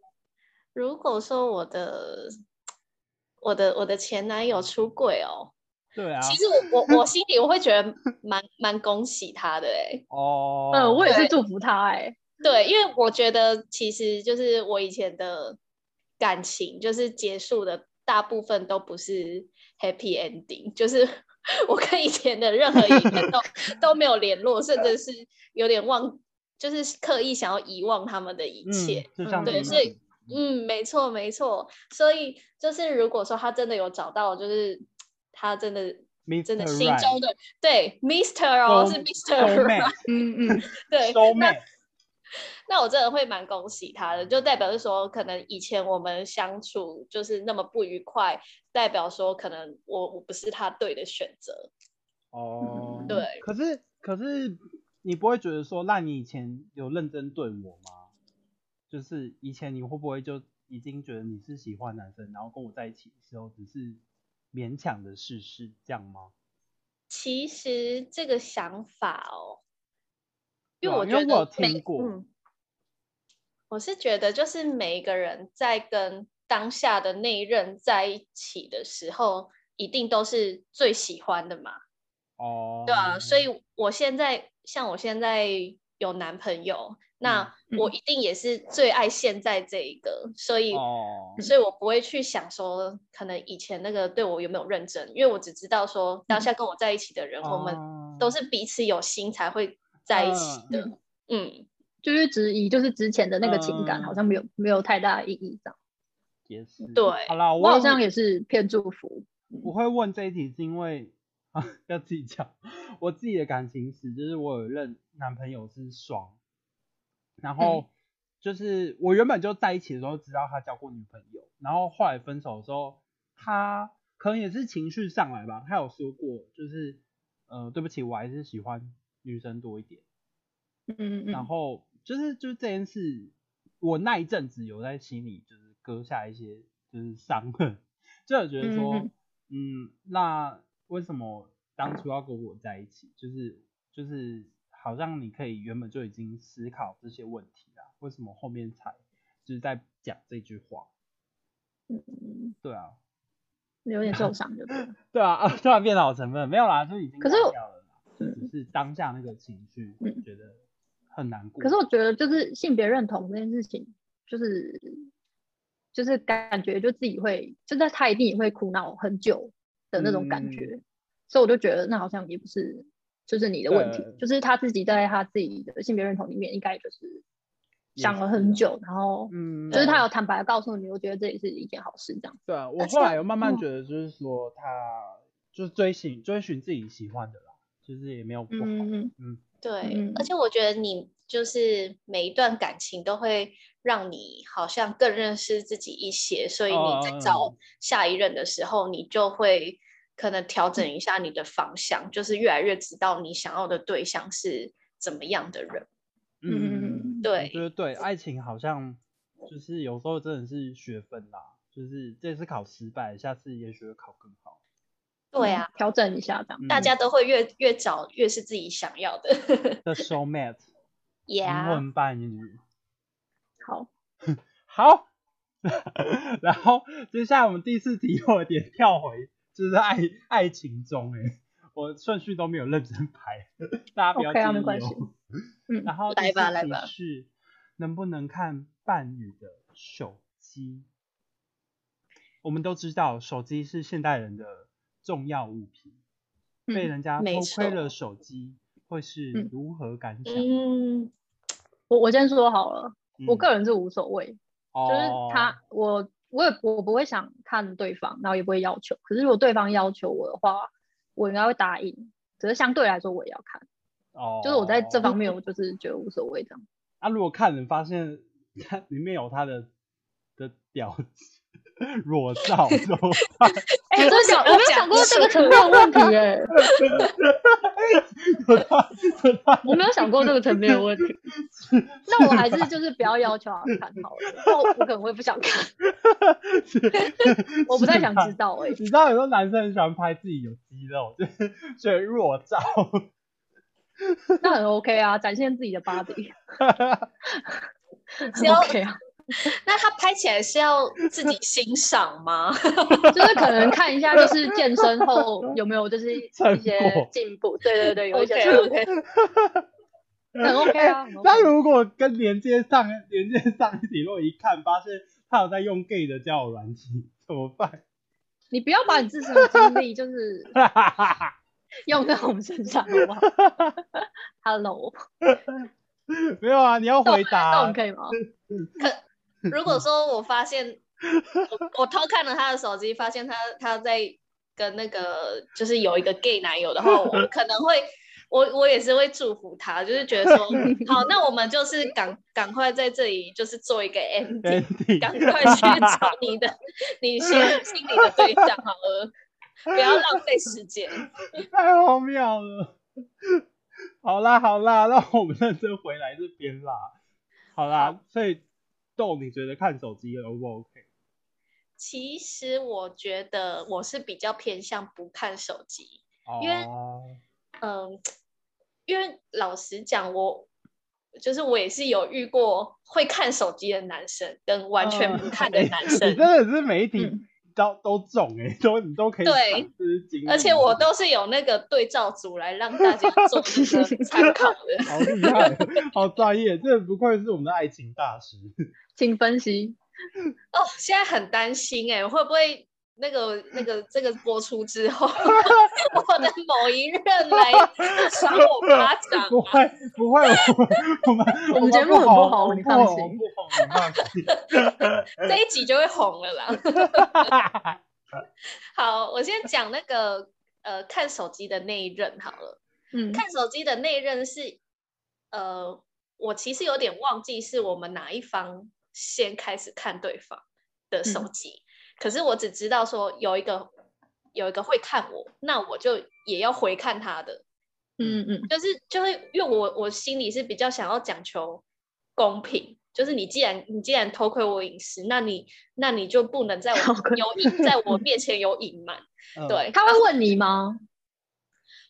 A: 如果说我的我的我的前男友出轨哦，
C: 对啊，
A: 其实我我我心里我会觉得蛮蛮恭喜他的哎、
C: 哦，
B: 嗯，我也是
A: 对
B: 祝福他哎。
A: 对，因为我觉得其实就是我以前的感情，就是结束的大部分都不是 happy ending，就是我跟以前的任何一个
C: [laughs]
A: 都都没有联络，甚至是有点忘，就是刻意想要遗忘他们的一切。
C: 嗯，就像
B: 对
C: 第一
A: 所以
C: 题
A: 嗯，没错没错，所以就是如果说他真的有找到，就是他真的
C: Mr.
A: 真的心中
C: Right
A: 的对 Mister 哦是
C: Soul-
A: Mister
C: 妹
A: Right，
B: 嗯嗯，
A: 对，
C: 收
A: 那
C: 妹，
A: 那我真的会蛮恭喜他的，就代表是说，可能以前我们相处就是那么不愉快，代表说可能我我不是他对的选择，
C: 哦，
A: 嗯对
C: 可是可是你不会觉得说，那你以前有认真对我吗？就是以前你会不会就已经觉得你是喜欢男生，然后跟我在一起的时候只是勉强的试试这样吗？
A: 其实这个想法哦，因为
C: 对啊
A: 我
C: 因为
A: 觉得
C: 我有
A: 每
C: 听过
A: 嗯，我是觉得就是每一个人在跟当下的那一任在一起的时候，一定都是最喜欢的嘛。
C: 哦，
A: 对啊，所以我现在像我现在有男朋友，那
C: 嗯
A: 我一定也是最爱现在这一个，所以
C: 哦，
A: 所以我不会去想说，可能以前那个对我有没有认真，因为我只知道说，
C: 嗯
A: 当下跟我在一起的人，我们
C: 们
A: 都是彼此有心才会在一起的。嗯，
B: [laughs] 就是质疑，就是之前的那个情感
C: 嗯
B: 好像没有没有太大的意义这样。
C: 也是
A: 对
C: 好啦，
B: 我
C: 我
B: 好
C: 也
B: 像也是偏祝福，
C: 我会问这一题是因为啊，要自己讲我自己的感情史，就是我有认男朋友是双，然后就是我原本就在一起的时候知道他交过女朋友，然后后来分手的时候，他可能也是情绪上来吧，他有说过就是呃对不起，我还是喜欢女生多一点，
B: 嗯嗯
C: 然
B: 嗯，
C: 后就是就是这件事，我那一阵子有在心里就是割下一些就是伤痕，就有觉得说，
B: 嗯
C: 嗯那为什么当初要跟我在一起？就是就是好像你可以原本就已经思考这些问题啦，为什么后面才就是在讲这句话？
B: 嗯
C: 对啊，
B: 有点受
C: [laughs]
B: 伤，就对了。
C: 对啊，啊突然变老成分没有啦，就已经
B: 可是
C: 忘
B: 我
C: 掉了啦，只
B: 嗯，
C: 是当下那个情绪
B: 嗯
C: 觉得很难过。
B: 可是我觉得就是性别认同这件事情，就是就是感觉就自己会，就是他一定也会苦恼很久的那种
C: 嗯
B: 感觉，所以我就觉得那好像也不是就是你的问题
C: 对，
B: 就是他自己在他自己的性别认同里面，应该就是
C: 也
B: 想了
C: 是
B: 很
C: 啊
B: 久，然后
C: 嗯，
B: 就是
C: 有。
B: 他有坦白的告诉你，我觉得这也是一件好事，这样。
C: 对啊，我
B: 但
C: 后
B: 是
C: 来有慢慢
B: 嗯
C: 觉得，就是说他就是追寻追寻自己喜欢的啦，就是也没有不好。
B: 嗯嗯
A: 对，
B: 嗯
A: 而且我觉得你就是每一段感情都会让你好像更认识自己一些，所以你在
C: 哦
A: 找下一任的时候，你就会可能调整一下你的方向，就是越来越知道你想要的对象是怎么样的人。
B: 嗯
A: 对
C: 就是对爱情好像就是有时候真的是学分啦，就是这次考失败，下次也许会考更好。
A: 对啊，，
B: 调整一下这样。
A: 大
C: 嗯
A: 家都会越越找越是自己想要的。 [laughs]
B: [laughs]
C: 的 soul mate 灵
B: 嗯
A: yeah，
C: 魂伴侣。
B: 好，
C: 好， [laughs] 然后接下来我们第四题我有点跳回，就是爱爱情中哎、我顺序都没有认真排， [laughs] 大家不要
B: OK 啊
C: 介
B: 没
C: 意
B: 关系
C: 哦
B: 嗯
C: [laughs] 然后
A: 来
C: 第
A: 吧
C: 四
A: 来
C: 题
A: 吧
C: 是能不能看伴侣的手机？我们都知道，手机是现代人的重要物品，被
B: 嗯
C: 人家
A: 没
C: 偷
A: 错
C: 窥了手机，会是
B: 嗯
C: 如何感想？
A: 嗯，
B: 我我先说好了，我
C: 嗯
B: 个人是无所谓，
C: 就
B: 就是他我我也我不会想看对方，然后也不会要求。可是如果对方要求我的话，我应该会答应。只是相对来说我也要看，
C: 哦，
B: 就是我在这
C: 面。
B: 方面我就是觉得无所谓这样。
C: 啊，如果看人发现他里面有他的的屌裸照怎么办？ [laughs]
B: 哎、
A: 我
B: 真的
A: 想
B: 想我
A: 我
B: 没有
A: 讲
B: 想
A: 不
B: 过这个
A: 出
B: 层面的问题 [laughs] 哎、
C: 有他有他
B: 我没有想过这个层面的问题。那我还是就是不要要求他看好了，那我我可能会不想看，
C: 是
B: 我不太想知
C: 是吧
B: 道哎、
C: 你知道有时候男生很喜欢拍自己有肌肉，就是觉得裸照，
B: 那很 OK 啊，展现自己的 body
A: 只
B: 很
A: 要
B: OK 啊，
A: 那他拍起来是要自己欣赏吗？ [laughs]
B: 就是可能看一下，就是健身后有没有就是一
C: 成
B: 些
C: 果
B: 进步，对对 [laughs] 对，有一些
A: OK 嗯
B: 成果
A: OK，
B: 很 OK 啊，很 OK
C: [laughs] 但如果跟连接上连接上一起，如果一看发现他有在用 gay 的交友软体，怎么办？ [laughs]
B: 你不要把你自身的经历就是用在我们身上，好不好
A: [laughs]
B: ？Hello，
C: 没有啊，你要回答
B: 那我
C: 啊、
B: 们可以吗？
A: 嗯如果说我发现我我偷看了他的手机，发现他他在跟那个就是有一个 gay 男友的
B: [laughs]
A: 话，我可能会我我也是会祝福他，就是觉
B: [laughs]
A: 得说好，那我们就是赶赶快在这里就是做
B: [laughs]
A: 一个 ending，
B: 哎
C: Andy
A: 赶快去找你的你心心里的对象好了，不要浪费时间。
C: 太荒谬了。 [laughs] 好啦好啦，让我们认真回来这边啦。好啦，所以豆你觉得看手机 O 不 OK？
A: 其实我觉得我是比较偏向不看手机，因为
C: 哦，
A: 嗯，因为老实讲，我就是我也是有遇过会看手机的男生，跟完全不看的男
C: 你
A: 生
C: 真。的是媒体
B: 嗯
C: 都都中哎、 [laughs] 都你都可以
A: 对
C: 抢，这是经历
A: 而且我都是有那个对照组来让大家做一个参考的。
C: 好厉害， [laughs] 好专业，这不愧是我们的爱情大师。
B: 请分析。
A: 哦，现在很担心哎、会不会那个那个这个播出之后， [laughs] 我的某一任来赏我巴掌
C: 不
A: 啊？
C: 会不会， [laughs] 我们我们
B: 我们节目很不
C: 不
B: 好
C: 我们
B: 你
C: 不
B: 放
C: 红
B: 心
C: 我们不红，你放心。
B: [laughs]
A: 这一集就会红了啦。好，我先讲那个呃看手机的那一任好了。
B: 嗯，
A: 看手机的那一任是呃，我其实有点忘记是我们哪一方先开始看对方的手
B: 嗯
A: 机，可是我只知道说有一个有一个会看我，那我就也要回看他的。
B: 嗯嗯
A: 就是就会，因为我我心里是比较想要讲求公平，就是你既然你既然偷窥我隐私，那你那你就不能在我
B: 偷 [laughs] 窥
A: 有隐在我面前有隐瞒，
C: 嗯，
A: 对，
B: 他会问你吗？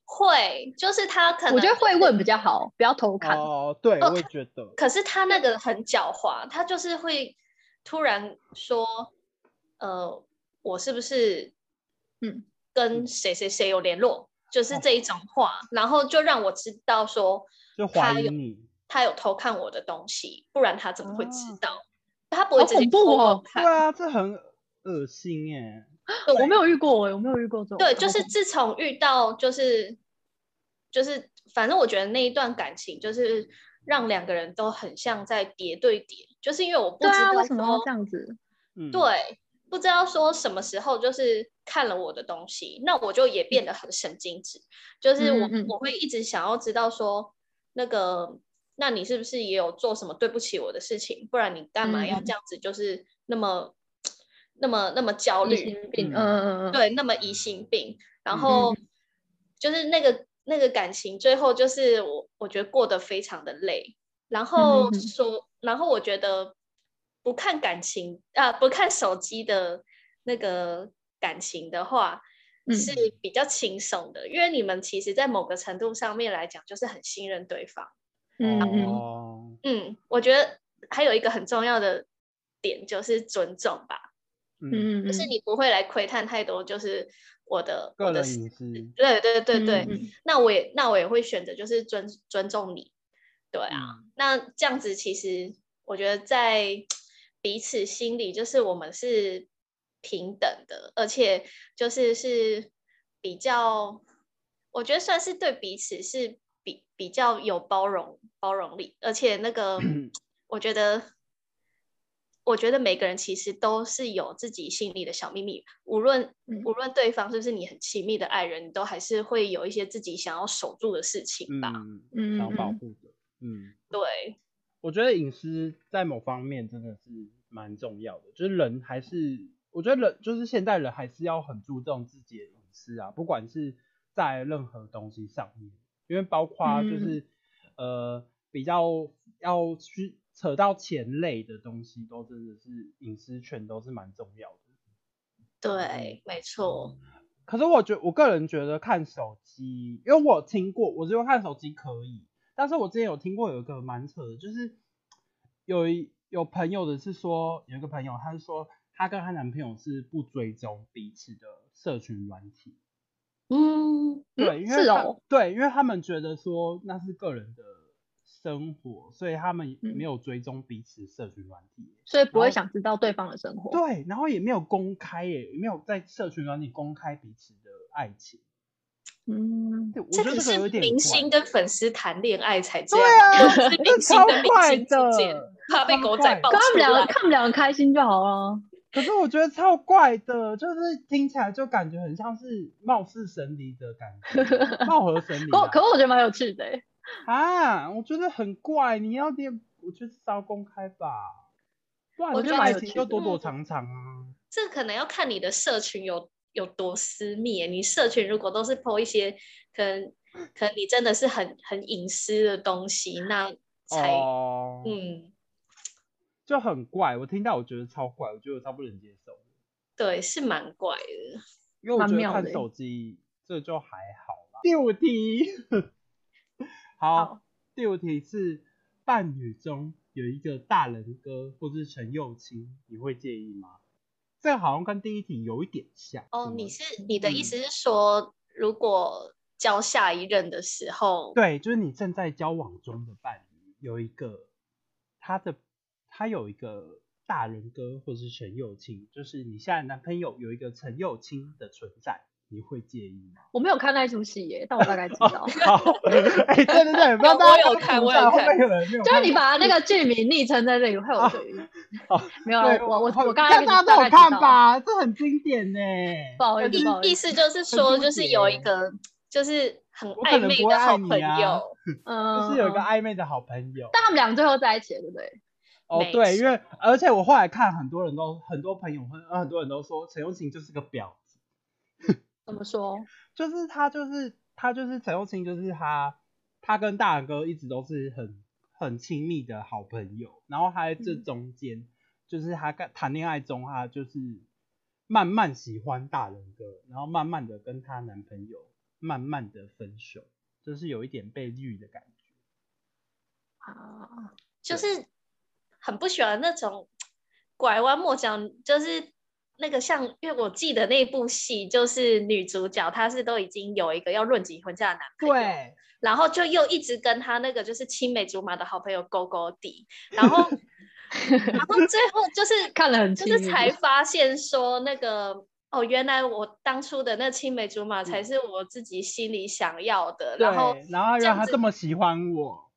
A: 会就是他可能
B: 我觉得会问比较好，不要偷看。
C: 哦，对，
A: 哦
C: 我也觉得，
A: 可是他那个很狡猾，他就是会突然说，呃，我是不是
B: 嗯哦
A: 跟谁谁谁有联络，就是这一种话，然后就让我知道说，
C: 就怀疑你。
A: 他有偷看我的东西，不然他怎么会知
C: 哦
A: 道？他不会
B: 好
A: 直接
B: 恐怖
A: 偷偷
B: 哦
C: 对
A: 看。
C: 啊，这很恶心耶。
B: 我没有遇过哎、我没有遇过这种。
A: 哦对，就是自从遇到就是就是，反正我觉得那一段感情就是让两个人都很像在叠对叠，就是因为我不
B: 对
A: 知
B: 啊，
A: 道
B: 为什么要
A: 说
B: 这样子？
C: 嗯，
A: 对，不知道说什么时候就是看了我的东西，那我就也变得很神经质，就是我
B: 嗯嗯
A: 我会一直想要知道说那个，那你是不是也有做什么对不起我的事情？不然你干嘛要
B: 嗯嗯
A: 这样子，就是那么那么那么焦
B: 疑
A: 虑？
B: 心病，
C: 嗯
B: 嗯嗯嗯，
A: 对，那么疑心病，然
C: 嗯
A: 后就是那个那个感情，最后就是我我觉得过得非常的累，然后
B: 嗯哼
A: 说，然后我觉得不看感情啊、不看手机的那个感情的话。
B: 嗯
A: 是比较轻松的，因为你们其实，在某个程度上面来讲，就是很信任对方。
B: 嗯嗯，
C: 哦，
A: 嗯，我觉得还有一个很重要的点就是尊重吧，
C: 嗯，
B: 嗯，
A: 就是你不会来窥探太多，就是我的
C: 个
A: 我的
C: 人隐私。
A: 对对对
B: 嗯
A: 对，
B: 嗯嗯
A: 那我也那我也会选择就是尊尊重你，对啊，
C: 嗯
A: 那这样子其实我觉得在彼此心里就是我们是平等的，而且就是是比较，我觉得算是对彼此是比比较有包容包容力，而且那个我觉得。我觉得每个人其实都是有自己心里的小秘密，无论
B: 嗯
A: 无论对方是不是你很亲密的爱人，你都还是会有一些自己想要守住的事情吧。
C: 嗯，
B: 嗯
C: 想保
B: 嗯
C: 护的。嗯，
A: 对，
C: 我觉得隐私在某方面真的是蛮重要的，就是人还是，我觉得人就是现代人还是要很注重自己的隐私啊，不管是在任何东西上面，因为包括就是、呃比较要去扯到钱类的东西，都真的是隐私权都是蛮重要的。
A: 对，没错。
C: 可是我觉我个人觉得看手机，因为我有听过，我只有看手机可以，但是我之前有听过有一个蛮扯的，就是有一有朋友的是说，有一个朋友他是说她跟她男朋友是不追踪彼此的社群软体，
A: 嗯，
B: 嗯
C: 对，因为
B: 是
C: 他
B: 哦
C: 对，因为他们觉得说那是个人的生活，所以他们
B: 嗯
C: 没有追踪彼此的社群软体。
B: 所以不
C: 然
B: 会
C: 后
B: 想知道对方的生活。
C: 对，然后也没有公开耶，也没有在社群软体公开彼此的爱情。
B: 嗯，
C: 对，我觉
A: 这个
C: 得这个
A: 是
C: 有点
A: 明
C: 怪
A: 星跟粉丝谈恋爱才这
C: 对
A: 样，
C: 啊，
A: [laughs] 是明星
C: 超
A: 跟明
C: 怪
A: 星之间
C: 的。
A: 怕被
C: 超
A: 狗
C: 怪
A: 仔
C: 的
A: 爆
B: 看他
A: 出
B: 们两个，
A: 来。
B: 看他们两个开心就好了。
C: 可是我觉得超怪的，就是听起来就感觉很像是貌似神离的感觉，貌合神离
B: 可我可
C: 啊
B: 我觉得蛮有趣的欸，
C: 啊！我觉得很怪，你要点，我觉得至少要公开吧，不然
B: 我
C: 就
B: 觉得蛮
C: 爱
B: 有
C: 情
B: 趣
C: 就
B: 的
C: 躲
A: 嗯
C: 躲藏藏啊。
A: 这可能要看你的社群有有多私密。欸你社群如果都是 po 一些可能可能你真的是很很隐私的东西，那才、
C: 哦，，
A: 嗯，
C: 就很怪，我听到我觉得超怪，我觉得我超不能接受，
A: 对，是蛮怪的。
C: 因为我
B: 蛮
C: 觉得
B: 妙
C: 看
B: 的
C: 手机这就还好啦。第五题， [laughs] 好，
B: 好
C: 第五题是伴侣中有一个大人哥或是陈幼卿，你会介意吗？这个好像跟第一题有一点像。
A: 哦，
C: 吗
A: 你是你的意
C: 嗯
A: 思是说，如果交下一任的时候，
C: 对，就是你正在交往中的伴侣有一个他的他有一个大人哥或是陈幼卿，就是你现在男朋友有一个陈幼卿的存在，你会介意吗？，
B: 我没有看那一出戏耶，但我大概知道
C: [laughs]
B: [laughs]
C: 好，哎、对对对，不知道大
A: 我
C: 家
A: 有
C: 在
A: 看
C: 图
A: 我有
C: 上会不
A: 看
C: 会有人没有
B: 就是
C: 看
B: 你把那个剧名昵称在这里会有
C: 啊
B: 对应
C: 好。
B: [laughs] 没有
C: 对
B: 啊，我我
C: 好
B: 我刚才
C: 看
B: 那
C: 大
B: 个大
C: 家都
B: 概
C: 有
B: 知
C: 看
B: 道，
C: 吧，这很经典呢、
B: 不好意思，不好
A: 意
B: 意
A: 意
B: 思，
A: 思就是说，
C: 纠
A: 就是
C: 结欸
A: 有一个就是很
C: 我可
A: 暧
C: 能
A: 昧
C: 不会
A: 的
C: 爱
A: 好
C: 你
A: 朋
C: 啊
A: 友，
B: 嗯，
C: 就是有一个
B: 嗯，
C: 暧昧的好朋友。
B: 但他们俩最后在一起了，对不对？
C: 哦，
A: 没
C: 对，
A: 错
C: 因为而且我后来看很多人都很多朋友很很多人都说陈永琴就是个婊子，
B: 怎么说？
C: 就是他就是他就是陈永琴就是他他跟大人哥一直都是很很亲密的好朋友，然后他在这
B: 嗯
C: 中间、就是他跟谈恋爱中他就是慢慢喜欢大人哥，然后慢慢的跟她男朋友慢慢的分手，就是有一点被绿的感觉。
B: 啊，
A: 就是很不喜欢那种拐弯抹角，就是那个像，因为我记得那部戏就是女主角她是都已经有一个要论及婚嫁的男朋友，
C: 对，
A: 然后就又一直跟她那个就是青梅竹马的好朋友勾勾底，然
C: [laughs]
A: 后然后最后就是
B: 看了很
A: 就
B: 清
A: 是
B: 楚，
A: 才发现说那个哦，原来我当初的那青梅竹马才是我自己心里想要的。
C: 嗯对，
A: 然后
C: 然后
A: 这
C: 让
A: 样
C: 他
A: 子
C: 这么喜欢我，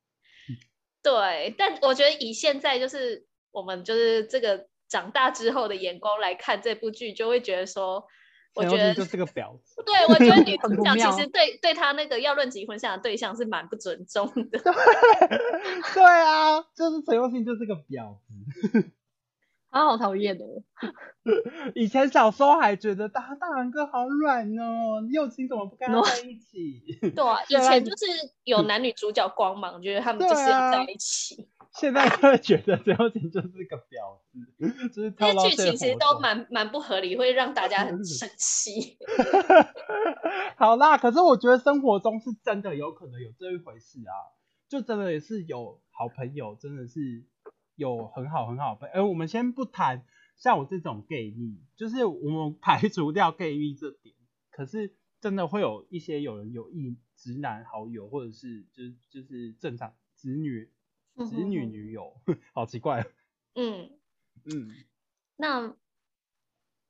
A: 对，但我觉得以现在就是我们就是这个长大之后的眼光来看这部剧，就会觉得说，我
C: 陈
A: 觉
C: 幼
A: 得
C: 卿就是个婊子。
A: 对我觉得女
B: 很
A: 主
B: 不
A: 角
B: 妙
A: 其实对对她那个要论及婚嫁的对象是蛮不尊重的。
C: [laughs] 对啊，就是陈永信就是个婊子。
B: 他好讨厌哦。
A: [laughs]
C: 以前小时候还觉得大大人哥好软哦，幼卿怎么不跟他
B: No
C: 在一起？ [laughs]
A: 对啊，以
C: 对啊
A: 前就是有男女主角光芒，觉得他们
C: 对
A: 就是要
C: 啊
A: 在一起。
C: 现在就会觉得陈永信就是个婊子，就
A: 这
C: 是跳
A: 些
C: 到
A: 剧情其实都
C: 蛮
A: 蛮蛮不合理，会让大家很生气。
C: [laughs] 好啦。可是我觉得生活中是真的有可能有这一回事啊，就真的也是有好朋友，真的是有很好很好的朋友。哎而我们先不谈像我这种 gay 蜜，就是我们排除掉 gay 蜜这点，可是真的会有一些有人有意直男好友，或者是就是就是正常直女
A: 嗯
C: 直
A: 哼
C: 女
A: 哼
C: 女友， [laughs] 好奇怪哦，
A: 嗯，
C: 嗯，
A: 那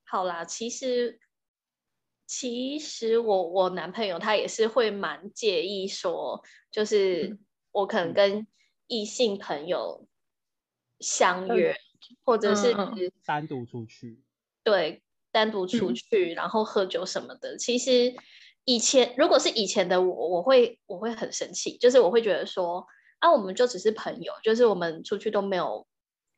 A: 好啦，其实其实我我男朋友他也是会蛮介意说，就是我可能
C: 嗯
A: 跟异性朋友相
B: 嗯
A: 约，或者是
B: 嗯
C: 单独出去，
A: 对，单独出
B: 嗯
A: 去，然后喝酒什么的。其实以前如果是以前的我，我会我会很生气，就是我会觉得说，啊，我们就只是朋友，就是我们出去都没有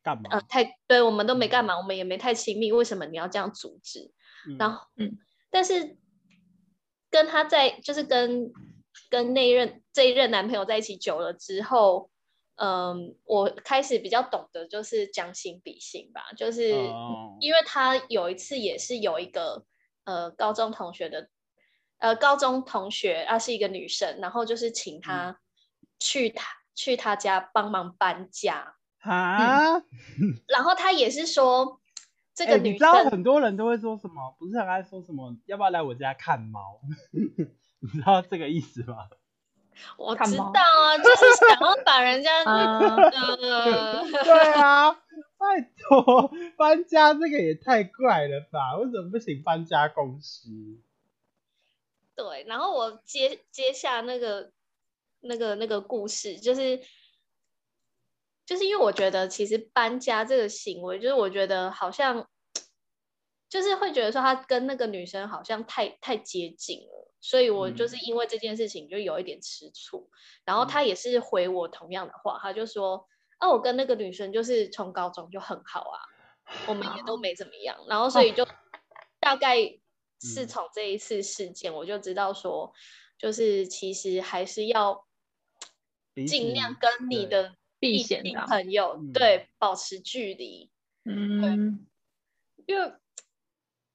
C: 干嘛？
A: 呃太，对我们都没干嘛，我们也没太亲密，为什么你要这样阻止？
C: 嗯
A: 然后，
B: 嗯，
A: 但是跟他在就是跟跟那一任这一任男朋友在一起久了之后。嗯，我开始比较懂得就是将心比心吧，就是、
C: 哦
A: 因为他有一次也是有一个呃高中同学的，呃高中同学啊是一个女生，然后就是请
C: 嗯
A: 他去他、去他家帮忙搬家，
C: 哈。
A: 然后他也是说这
C: 哎
A: 个
C: 你
A: 女
C: 知道
A: 生
C: 很多人都会说什么？不是很爱说什么？要不要来我家看猫？ [laughs] 你知道这个意思
A: [laughs]
C: 吗？
A: 我
B: 看
A: 知
B: 猫
A: 道
C: [laughs]
A: 啊，就是想要把人家
B: 啊，
C: [laughs]
A: 呃
C: 对啊，拜托，搬家这个也太怪了吧？为什么不请搬家公司？
A: 对，然后我接接下那个那个那个故事，就是就是因为我觉得其实搬家这个行为，就是我觉得好像就是会觉得说他跟那个女生好像太太接近了，所以我就
C: 嗯
A: 是因为这件事情就有一点吃醋。然后
C: 嗯
A: 他也是回我同样的话，他就说：“啊，我跟那个女生就是从高中就很好啊，我们也都
B: 啊
A: 没怎么样。”然后
B: 哦
A: 所以就大概是
C: 嗯
A: 从这一次事件，我就知道说，就是其实还是要
C: 彼此
A: 尽量跟你的
B: 避
A: 异
B: 嫌
A: 性
B: 的啊
A: 朋友
C: 嗯
A: 对保持距离，
B: 嗯，
A: 因为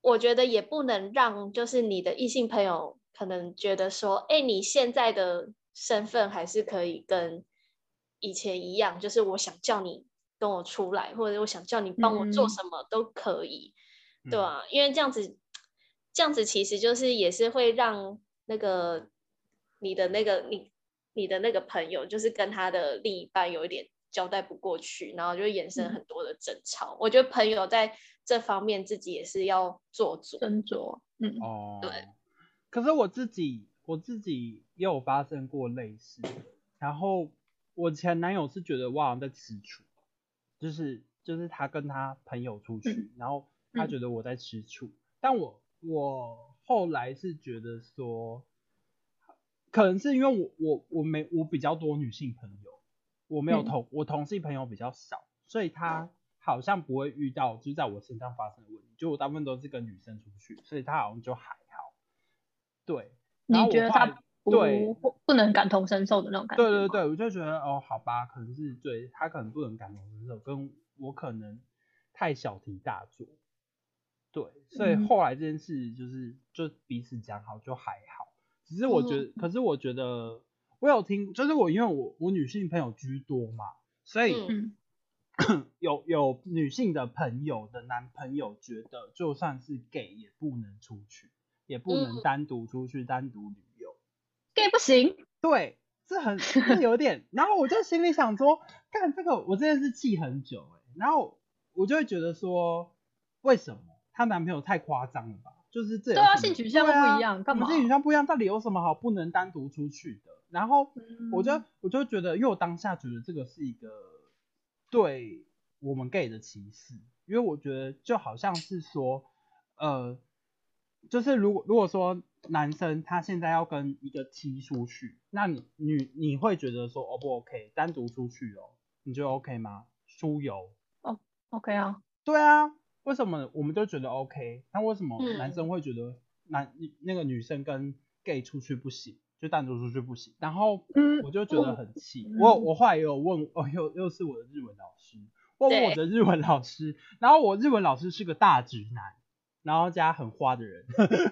A: 我觉得也不能让就是你的异性朋友可能觉得说，哎，你现在的身份还是可以跟以前一样，就是我想叫你跟我出来，或者我想叫你帮我做
B: 嗯
A: 什么都可以。
C: 嗯
A: 对啊，因为这样子，这样子其实就是也是会让那个你的那个你你的那个朋友，就是跟他的另一半有一点交代不过去，然后就会衍
C: 嗯
A: 生很多的争吵。我觉得朋友在这方面自己也是要做足，
B: 斟酌，嗯，
C: 哦，
A: 对。
C: 可是我自己，我自己也有发生过类似的。然后我前男友是觉得我好像在吃醋，就是就是他跟他朋友出去，
A: 嗯
C: 然后他觉得我在吃醋。但我我后来是觉得说，可能是因为我我我没我比较多女性朋友，我没有
B: 嗯
C: 同、我同性朋友比较少，所以他好像不会遇到就是在我身上发生的问题，就我大部分都是跟女生出去，所以他好像就还好。对，
B: 你
C: 然后我
B: 觉得
C: 后
B: 他
C: 来
B: 不
C: 对
B: 不能感同身受的那种感觉，
C: 对对，对，我就觉得哦，好吧，可能是对他可能不能感同身受，跟我可能太小题大做。对，所以
B: 嗯
C: 后来这件事就是就彼此讲好就还好，只是我觉
B: 嗯
C: 得，可是我觉得我有听，就是我因为我我女性朋友居多嘛，所以、
A: 嗯，
B: 嗯，
C: [clears throat] 有有女性的朋友的男朋友觉得，就算是 gay 也不能出去，也不能
A: 嗯
C: 单独出去、单独旅游。
B: gay 不行，
C: 对，这很这有点，然后我就心里想说，干这个我真的是气很久哎、然后我就会觉得说，为什么她男朋友太夸张了吧？就是这有
B: 对啊
C: 什么
B: 性取向
C: 对
B: 又不
C: 啊
B: 一样干
C: 我们
B: 嘛
C: 性取向不一样，到底有什么好不能单独出去的？然后
B: 嗯
C: 我就我就觉得，因为我当下觉得这个是一个对我们 gay 的歧视，因为我觉得就好像是说，呃，就是如果如果说男生他现在要跟一个 T 出去，那你女你会觉得说 O 不 OK 单独出去哦，你觉得 OK 吗？出游？
B: OK 啊，
C: 对啊，为什么我们都觉得 OK？那为什么
A: 嗯
C: 男生会觉得男、那个女生跟 gay 出去不行，就单独出去不行？然后
B: 嗯
C: 我就觉得很气。
B: 嗯
C: 我我后来也有问，哦，又又是我的日文老师，我问
A: 对
C: 我的日文老师，然后我日文老师是个大直男，然后加很花的人，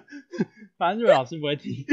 C: [laughs] 反正日文老师不会听，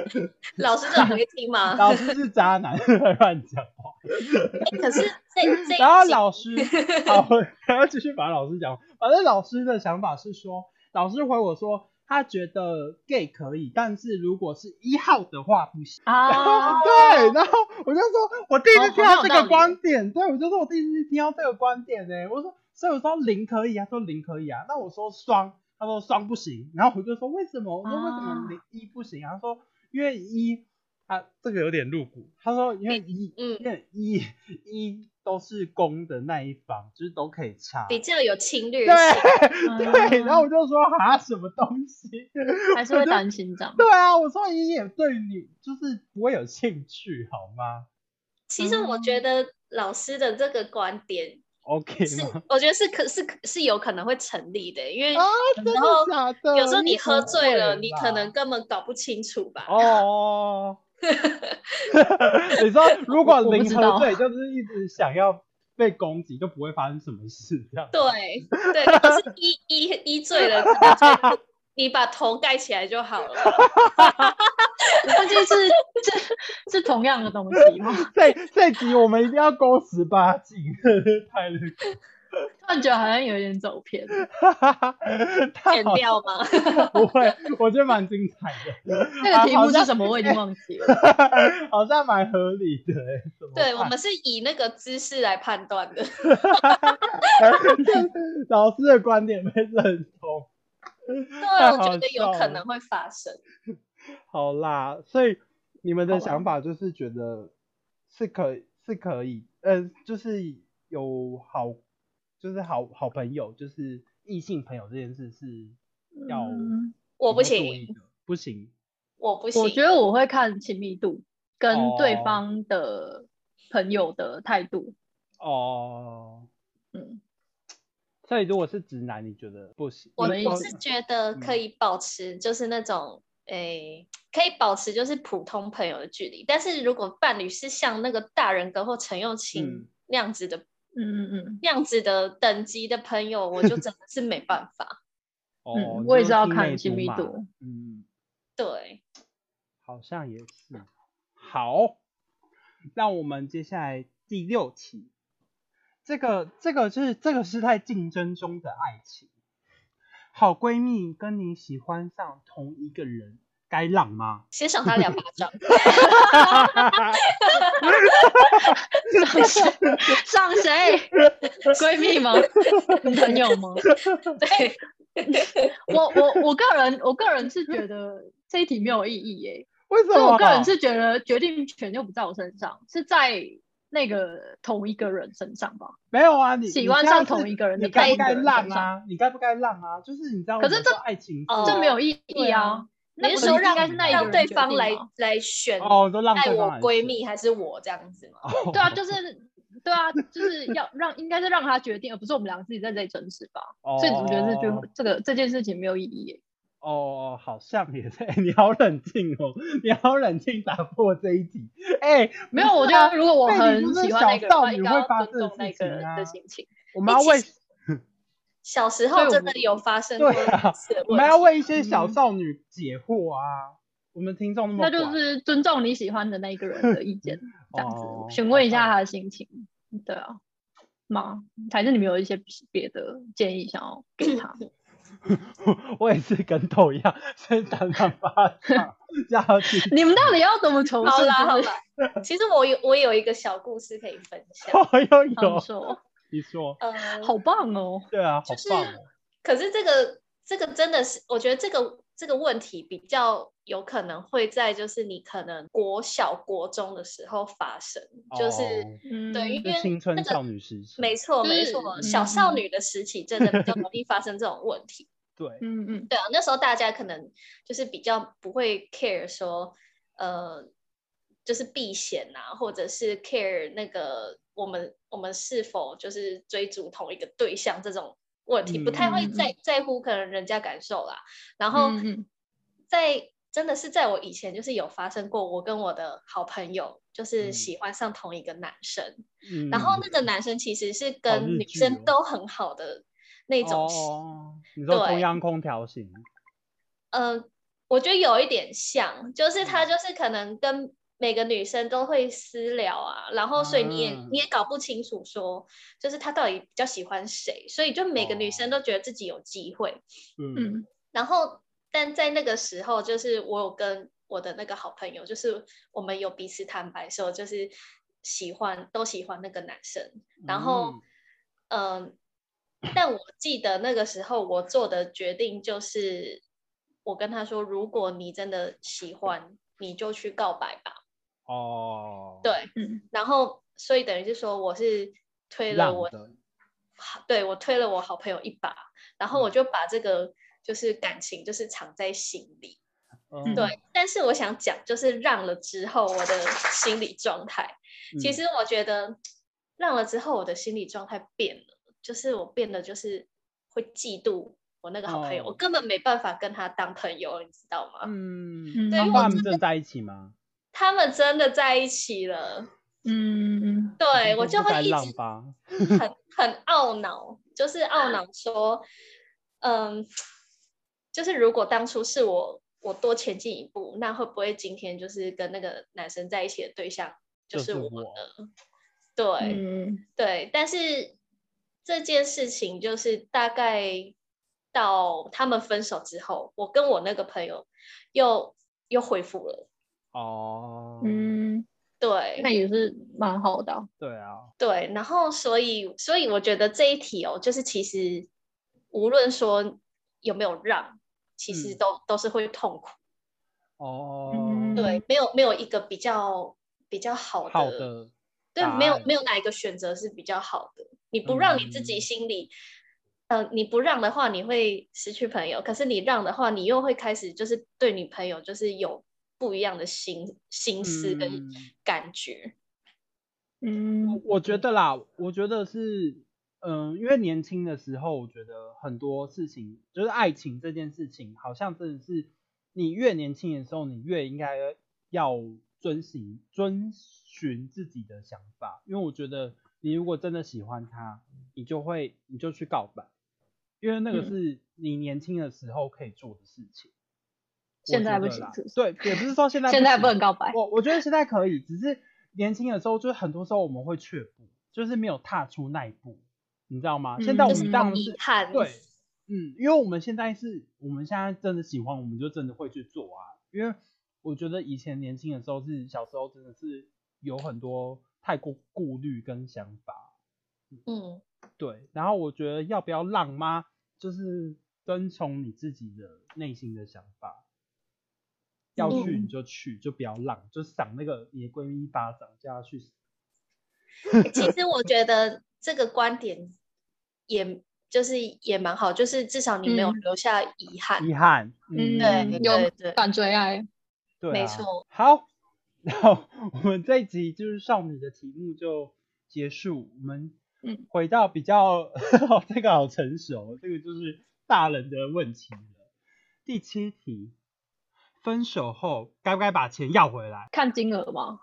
C: [laughs]
A: 老师这不会听吗？
C: 老师是渣男， [laughs] 乱讲话。
A: 欸可是这这
C: 然后
A: 一集 [laughs]
C: 老师， [laughs] 好，我还要继续把老师讲。反正老师的想法是说，老师回我说，他觉得 gay 可以，但是如果是一号的话不行。
B: 啊，
C: 对，然后我就说，我第一次
B: 哦
C: 听
B: 好
C: 到
B: 像
C: 这
B: 有道
C: 个
B: 理
C: 观点，对我就说我第一次听到这个观点呢、我说，所以我说零可以啊，他说零可以啊，那我说双，他说双不行，然后我就说为什么？我说为什么
B: 啊
C: 零一不行啊？他说因为一，啊这个有点露骨，他说因为一，
A: 嗯
C: 因为一一都是公的那一方，就是都可以插，
A: 比
C: 对
A: 较有侵略性， [laughs]
C: 哦对，
B: 嗯
C: 然后我就说哈什么东西？ [laughs]
B: 还是会担心这样，
C: 对啊，我说一也对你就是不会有兴趣好吗
A: 其实我
C: 嗯
A: 觉得老师的这个观点
C: ？OK
A: 是
C: 吗？，
A: 我觉得是可是是有可能会成立的，因为
C: 啊，真
A: 然后
C: 的假的？
A: 有时候你
C: 应
A: 喝
C: 呃不
A: 醉了，
C: 会
A: 你
C: 吧
A: 可 [laughs] 能根本搞不清楚吧。
C: 哦。你说如果
B: 我不
C: 零
B: 知
C: 喝
B: 道
C: 醉，就是一直想要被攻击，就不会发生什么事这样。
A: 对 [laughs] 对，可是一一一醉了，可能
C: [laughs]
A: 就你把头盖起来就好了。
B: 毕竟是这是同样的东西哦嘛，
C: 这这集我们一定要勾十八禁，太那个
B: 突然觉得好像有点走偏，
C: 啊太
A: 剪
C: 好
A: 掉吗？
C: 不会，我觉得蛮精彩的。
B: 那个题目是什么我已经
C: 了，
B: 忘记了，
C: 好像蛮合理的欸。怎么
A: 对，我
C: 办
A: 们是 [laughs] 以那个姿势来判断
C: [laughs]
A: 的。
C: 老师的观点被认同。
A: 对，我觉
C: 好
A: 得有
C: 笑哦
A: 可
C: 了
A: 能会发生。
C: 好啦，所以你们的
B: 好玩
C: 想法就是觉得是可是可以，呃，就是有好，就是好好朋友，就是异性朋友这件事是要
B: 嗯
A: 我不
C: 多注意
A: 行，
C: 的，不行。
A: 我不行。
B: 我觉得我会看亲密度跟对
C: 哦
B: 方的朋友的态度，
C: 哦，
B: 嗯，
C: 所以如果是直男，你觉得不行？
A: 我
B: 没
A: 我
B: 意
A: 是觉
C: 嗯
A: 得可以保持，就是那种诶、可以保持就是普通朋友的距离。但是如果伴侣是像那个大人哥或陈又
C: 嗯
A: 青那样子的、
B: 嗯嗯
C: [laughs]
B: 嗯，
A: 那样子的等级的朋友，我就真的是没办法。
C: 哦，
B: 嗯
C: 你
B: 我也
C: 就是
B: 要
C: 青
B: 看
C: 梅
B: 亲
C: 竹
B: 密
C: 马
B: 度。
C: 嗯，
A: 对，
C: 好像也是。好，那我们接下来第六题，这个这个是这个是在竞争中的爱情。好闺蜜跟你喜欢上同一个人，该浪吗？ [laughs]
A: 先赏他两巴
B: [laughs]
A: 掌。
B: 上谁？上谁？
C: [laughs]
B: 闺蜜吗？ [laughs] 朋友吗？哎
A: 对，
B: 我我我个人我个人是觉得这一题没有意义耶、
C: 为什
B: 所以
C: 么？
B: 我个人是觉得决定权又不在我身上，是在那个同一个人身上吧。
C: 没有啊，你
B: 喜
C: 你
B: 欢
C: 现在
B: 上
C: 是
B: 同一个人
C: 你
B: 的
C: 该
B: 同一
C: 不
B: 个
C: 该
B: 人
C: 浪
B: 身
C: 啊？你该不该浪啊？就是你知道，
B: 可是这
C: 爱情
A: 哦
B: 这没有意
A: 对
B: 义
A: 啊
B: 啊。那
A: 你
B: 不
A: 是说
B: 应
A: 让
B: 该是那一个
A: 让
B: 人
A: 对
B: 决
A: 方
B: 定
A: 来
B: 吗
A: 来选
C: 哦，都浪
A: 爱
C: 费
A: 我
C: 方
A: 闺
C: 来说
A: 蜜还是我这样子吗？
C: 哦
B: 对啊，就是对啊，
A: [laughs]
B: 就是要让应该是让他决定，而不是我们两个自己在这里争执吧。所以你们觉得这
C: 哦
B: 句这个这件事情没有意义耶？
C: 哦，好像也是。 [laughs] 哎，你好冷静哦，你好冷静，打破这一题。哎，
B: 没有，我
C: 不
B: 觉
C: 是啊
B: 得如果我
C: 贝里
B: 很
C: 不是
B: 喜欢
C: 小
B: 那个人的
C: 少
B: 话，
C: 女
B: 应该
C: 会
B: 要
C: 发
B: 尊重
C: 生的
B: 那
C: 事
B: 个
C: 情
B: 人
C: 啊
B: 的心情。
C: 我们要
A: 其
C: 为
A: 实小时
B: 所以
A: 候
B: 我
A: 真的有发生过
C: 对
A: 类
C: 啊
A: 似的
C: 我
A: 问
C: 们
A: 题。
C: 要为一些小
B: 嗯
C: 少女解惑啊。我们听众那么
B: 那就
C: 广
B: 是尊重你喜欢的那一个人的意
A: [laughs]
B: 见，这样子
C: 哦
B: 询问一下他的心情，对
A: 哦
B: 啊，吗？还是你们有一些别的建议想要给
A: [laughs]
B: 他？
C: [laughs] 我也是跟豆一样，先打两
A: [laughs]
C: 巴掌，要去
B: 你们到底要怎么求
A: 好
B: 证？
A: 啦好
C: [laughs]
A: 啦，其实我有我有一个小故事可以分享。
C: 哦又
B: 好
C: 有
B: 说，
C: 你说，
A: 呃，
B: 好棒哦！
C: 对啊，好
A: 嗯就是
C: 棒哦，
A: 可是这个这个真的是，我觉得这个这个问题比较有可能会在就是你可能国小国中的时候发生，就是、
C: 哦
B: 嗯，
A: 对因
C: 就
A: 为
C: 青春
A: 那个
C: 少女时期，
A: 没错
B: 就
A: 没
B: 是
A: 错，
B: 嗯
A: 小少女的时期真的比较容易发生这种问题。
C: 对，
B: 嗯嗯，
A: 对啊，那时候大家可能就是比较不会 care 说，呃，就是避嫌啊，或者是 care 那个我们我们是否就是追逐同一个对象这种问题，不太会
B: 嗯嗯
A: 在在乎可能人家感受啦。然后
B: 嗯嗯
A: 在、真的是在我以前就是有发生过，我跟我的好朋友就是
C: 嗯
A: 喜欢上同一个男生，
C: 嗯
A: 然后那个男生其实是
C: 日
A: 跟女
C: 剧哦
A: 生都很好的那种型。
C: 哦，你说
A: 对
C: 中央空调型，
A: 嗯、我觉得有一点像，就是他
C: 嗯
A: 就是可能跟每个女生都会私聊啊，然后所以你也、
C: 啊
A: 你也搞不清楚说，就是他到底比较喜欢谁，所以就每个女生
C: 哦
A: 都觉得自己有机会。
C: 嗯，
B: 嗯
A: 然后，但在那个时候，就是我有跟我的那个好朋友，就是我们有彼此坦白说，就是喜欢都喜欢那个男生，然后。
C: 嗯
A: 嗯，但我记得那个时候我做的决定就是，我跟他说，如果你真的喜欢，你就去告白吧。
C: 哦，
A: 对，
B: 嗯
A: 然后所以等于是说，我是推了
C: 浪
A: 我，
C: 的，
A: 对我推了我好朋友一把，然后我
C: 嗯
A: 就把这个就是感情就是藏在心里。
C: 嗯
A: 对，，但是我想讲，就是让了之后我的心理状态，其
C: 嗯
A: 实我觉得让了之后，我的心理状态变了，就是我变得就是会嫉妒我那个好朋友，
C: 哦
A: 我根本没办法跟他当朋友，你知道吗？
C: 嗯，
B: 嗯
A: 对因为
C: 那
A: 我
C: 他们正在一起吗？
A: 他们真的在一起了，
B: 嗯嗯，
A: 对我
C: 就
A: 就
C: [laughs]
A: 会一
C: 浪
A: 直
C: 吧，
A: 很很懊恼，就是懊恼说，嗯，就是如果当初是我，我多前进一步，那会不会今天就是跟那个男生在一起的对象就
C: 就是
A: 是我
C: 我
A: 呢？对，
B: 嗯
A: 对，但是这件事情就是大概到他们分手之后，我跟我那个朋友又又恢复了。
C: 哦，，
B: 嗯，
A: 对
B: 那也是蛮好的啊。
C: 对啊，
A: 对，然后所以所以我觉得这一题哦，就是其实无论说有没有让，其实
C: 嗯
A: 都、都是会痛苦。
C: 哦，
B: 嗯
A: 对，没有没有一个比较比较好的
C: 好的，
A: 对，
C: 答
A: 没有
C: 案
A: 没有哪一个选择是比较好的。你不让你自己
C: 嗯
A: 心里，呃，你不让的话，你会失去朋友；可是你让的话，你又会开始就是对女朋友就是有不一样的心心思跟
C: 嗯
A: 感觉。
B: 嗯
C: 我我觉得啦，我觉得是，嗯、因为年轻的时候，我觉得很多事情，就是爱情这件事情，好像真的是你越年轻的时候，你越应该要遵循遵循自己的想法，因为我觉得你如果真的喜欢他，你就会你就去告白，因为那个
B: 嗯
C: 是你年轻的时候可以做的事情。我
B: 现
C: 觉
B: 在不
C: 得
B: 行
C: 啦
B: 是不是
C: 对，也不是说现在
B: 现在
C: 行
B: 不能告白。
C: 我我觉得现在可以，只是年轻的时候，就是很多时候我们会却步，就是没有踏出那一步，你知道吗？现在
B: 嗯
C: 我
A: 就
C: 们
A: 是
B: 嗯
C: 这样
A: 遗
C: 是，
A: 憾，
C: 对，嗯，因为我们现在是，我们现在真的喜欢，我们就真的会去做啊。因为我觉得以前年轻的时候是小时候真的是有很多太过顾虑跟想法，
A: 嗯，
C: 对。然后我觉得要不要让妈，就是遵从你自己的内心的想法，要
A: 嗯
C: 去你就去，就不要让，就赏那个你的闺蜜一巴掌，叫她去死。
A: 欸其实我觉得这个观点也就是也蛮好，就是至少你没有
B: 嗯
A: 留下遗憾。
C: 遗憾，
B: 嗯，
A: 对
B: 有
A: 对对，
B: 反追爱，
C: 对、啊，
A: 没错。
C: 好，然后我们这一集就是少女的题目就结束，我们
B: 嗯
C: 回到比较、 [laughs] 这个好成熟，这个就是大人的问题了。第七题，分手后该不该把钱要回来？
B: 看金额嘛，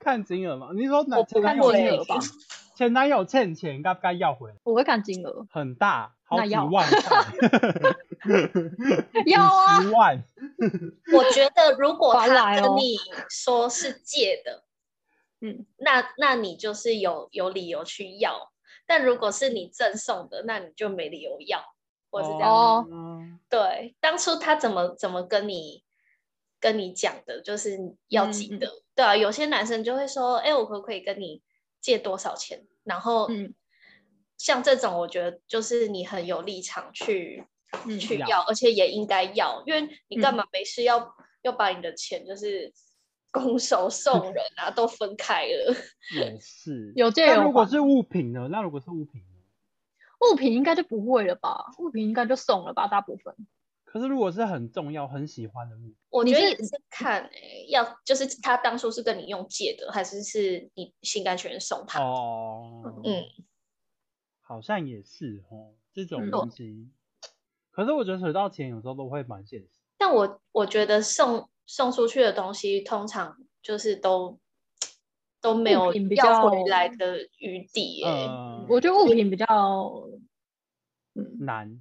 C: 看金额嘛，你说
A: 我
C: 男
A: 不
C: 前男
B: 看
C: 友
B: 金
C: 欠
B: 额吧
C: 钱，，前男友欠钱该不该要回来？
B: 我会看
A: [laughs]
B: 金额，
C: 很大，好
B: 那
C: 几
B: 要
C: 万块，
B: 要啊 [laughs]
C: 几十万，哦
A: 我觉得如果
B: 划
A: 他
B: 来
A: 跟
B: 哦
A: 你说是借的，
B: [laughs] 嗯，
A: 那那你就是有有理由去要；但如果是你赠送的，那你就没理由要。我是这样。
B: 哦
C: 嗯
A: 对，当初他怎么怎么跟你跟你讲的，就是要记
B: 嗯嗯
A: 得，对啊，有些男生就会说，哎、我可不可以跟你借多少钱？然后，
B: 嗯
A: 像这种，我觉得就是你很有立场去、
B: 嗯
A: 去
C: 要
A: 要，而且也应该要，因为你干
B: 嗯
A: 嘛没事要、要把你的钱就是 [laughs] 拱手送人啊，都分开了，
C: 也是。
B: 有借
C: 那
B: 有
C: 如果
B: 还
C: 是物品呢？那如果是物品呢？
B: 物品应该就不会了吧？物品应该就送了吧，大部
C: 嗯
B: 分。
C: 可是如果是很重要、很喜欢的物品，
A: 我
B: 你
A: 觉得
B: 是
A: 也是看、欸、要就是他当初是跟你用借的，还是是你心甘情愿送他的
C: 哦，
A: 嗯，
C: 好像也是哦，这种
B: 嗯
C: 东西。可是我觉得水到钱有时候都会蛮现实。
A: 但我我觉得送送出去的东西，通常就是都都没
B: 物
A: 有
B: 品比
A: 要回
B: 较
A: 来的余地耶、欸
C: 呃，
B: 我觉得物品比较，嗯，
C: 难，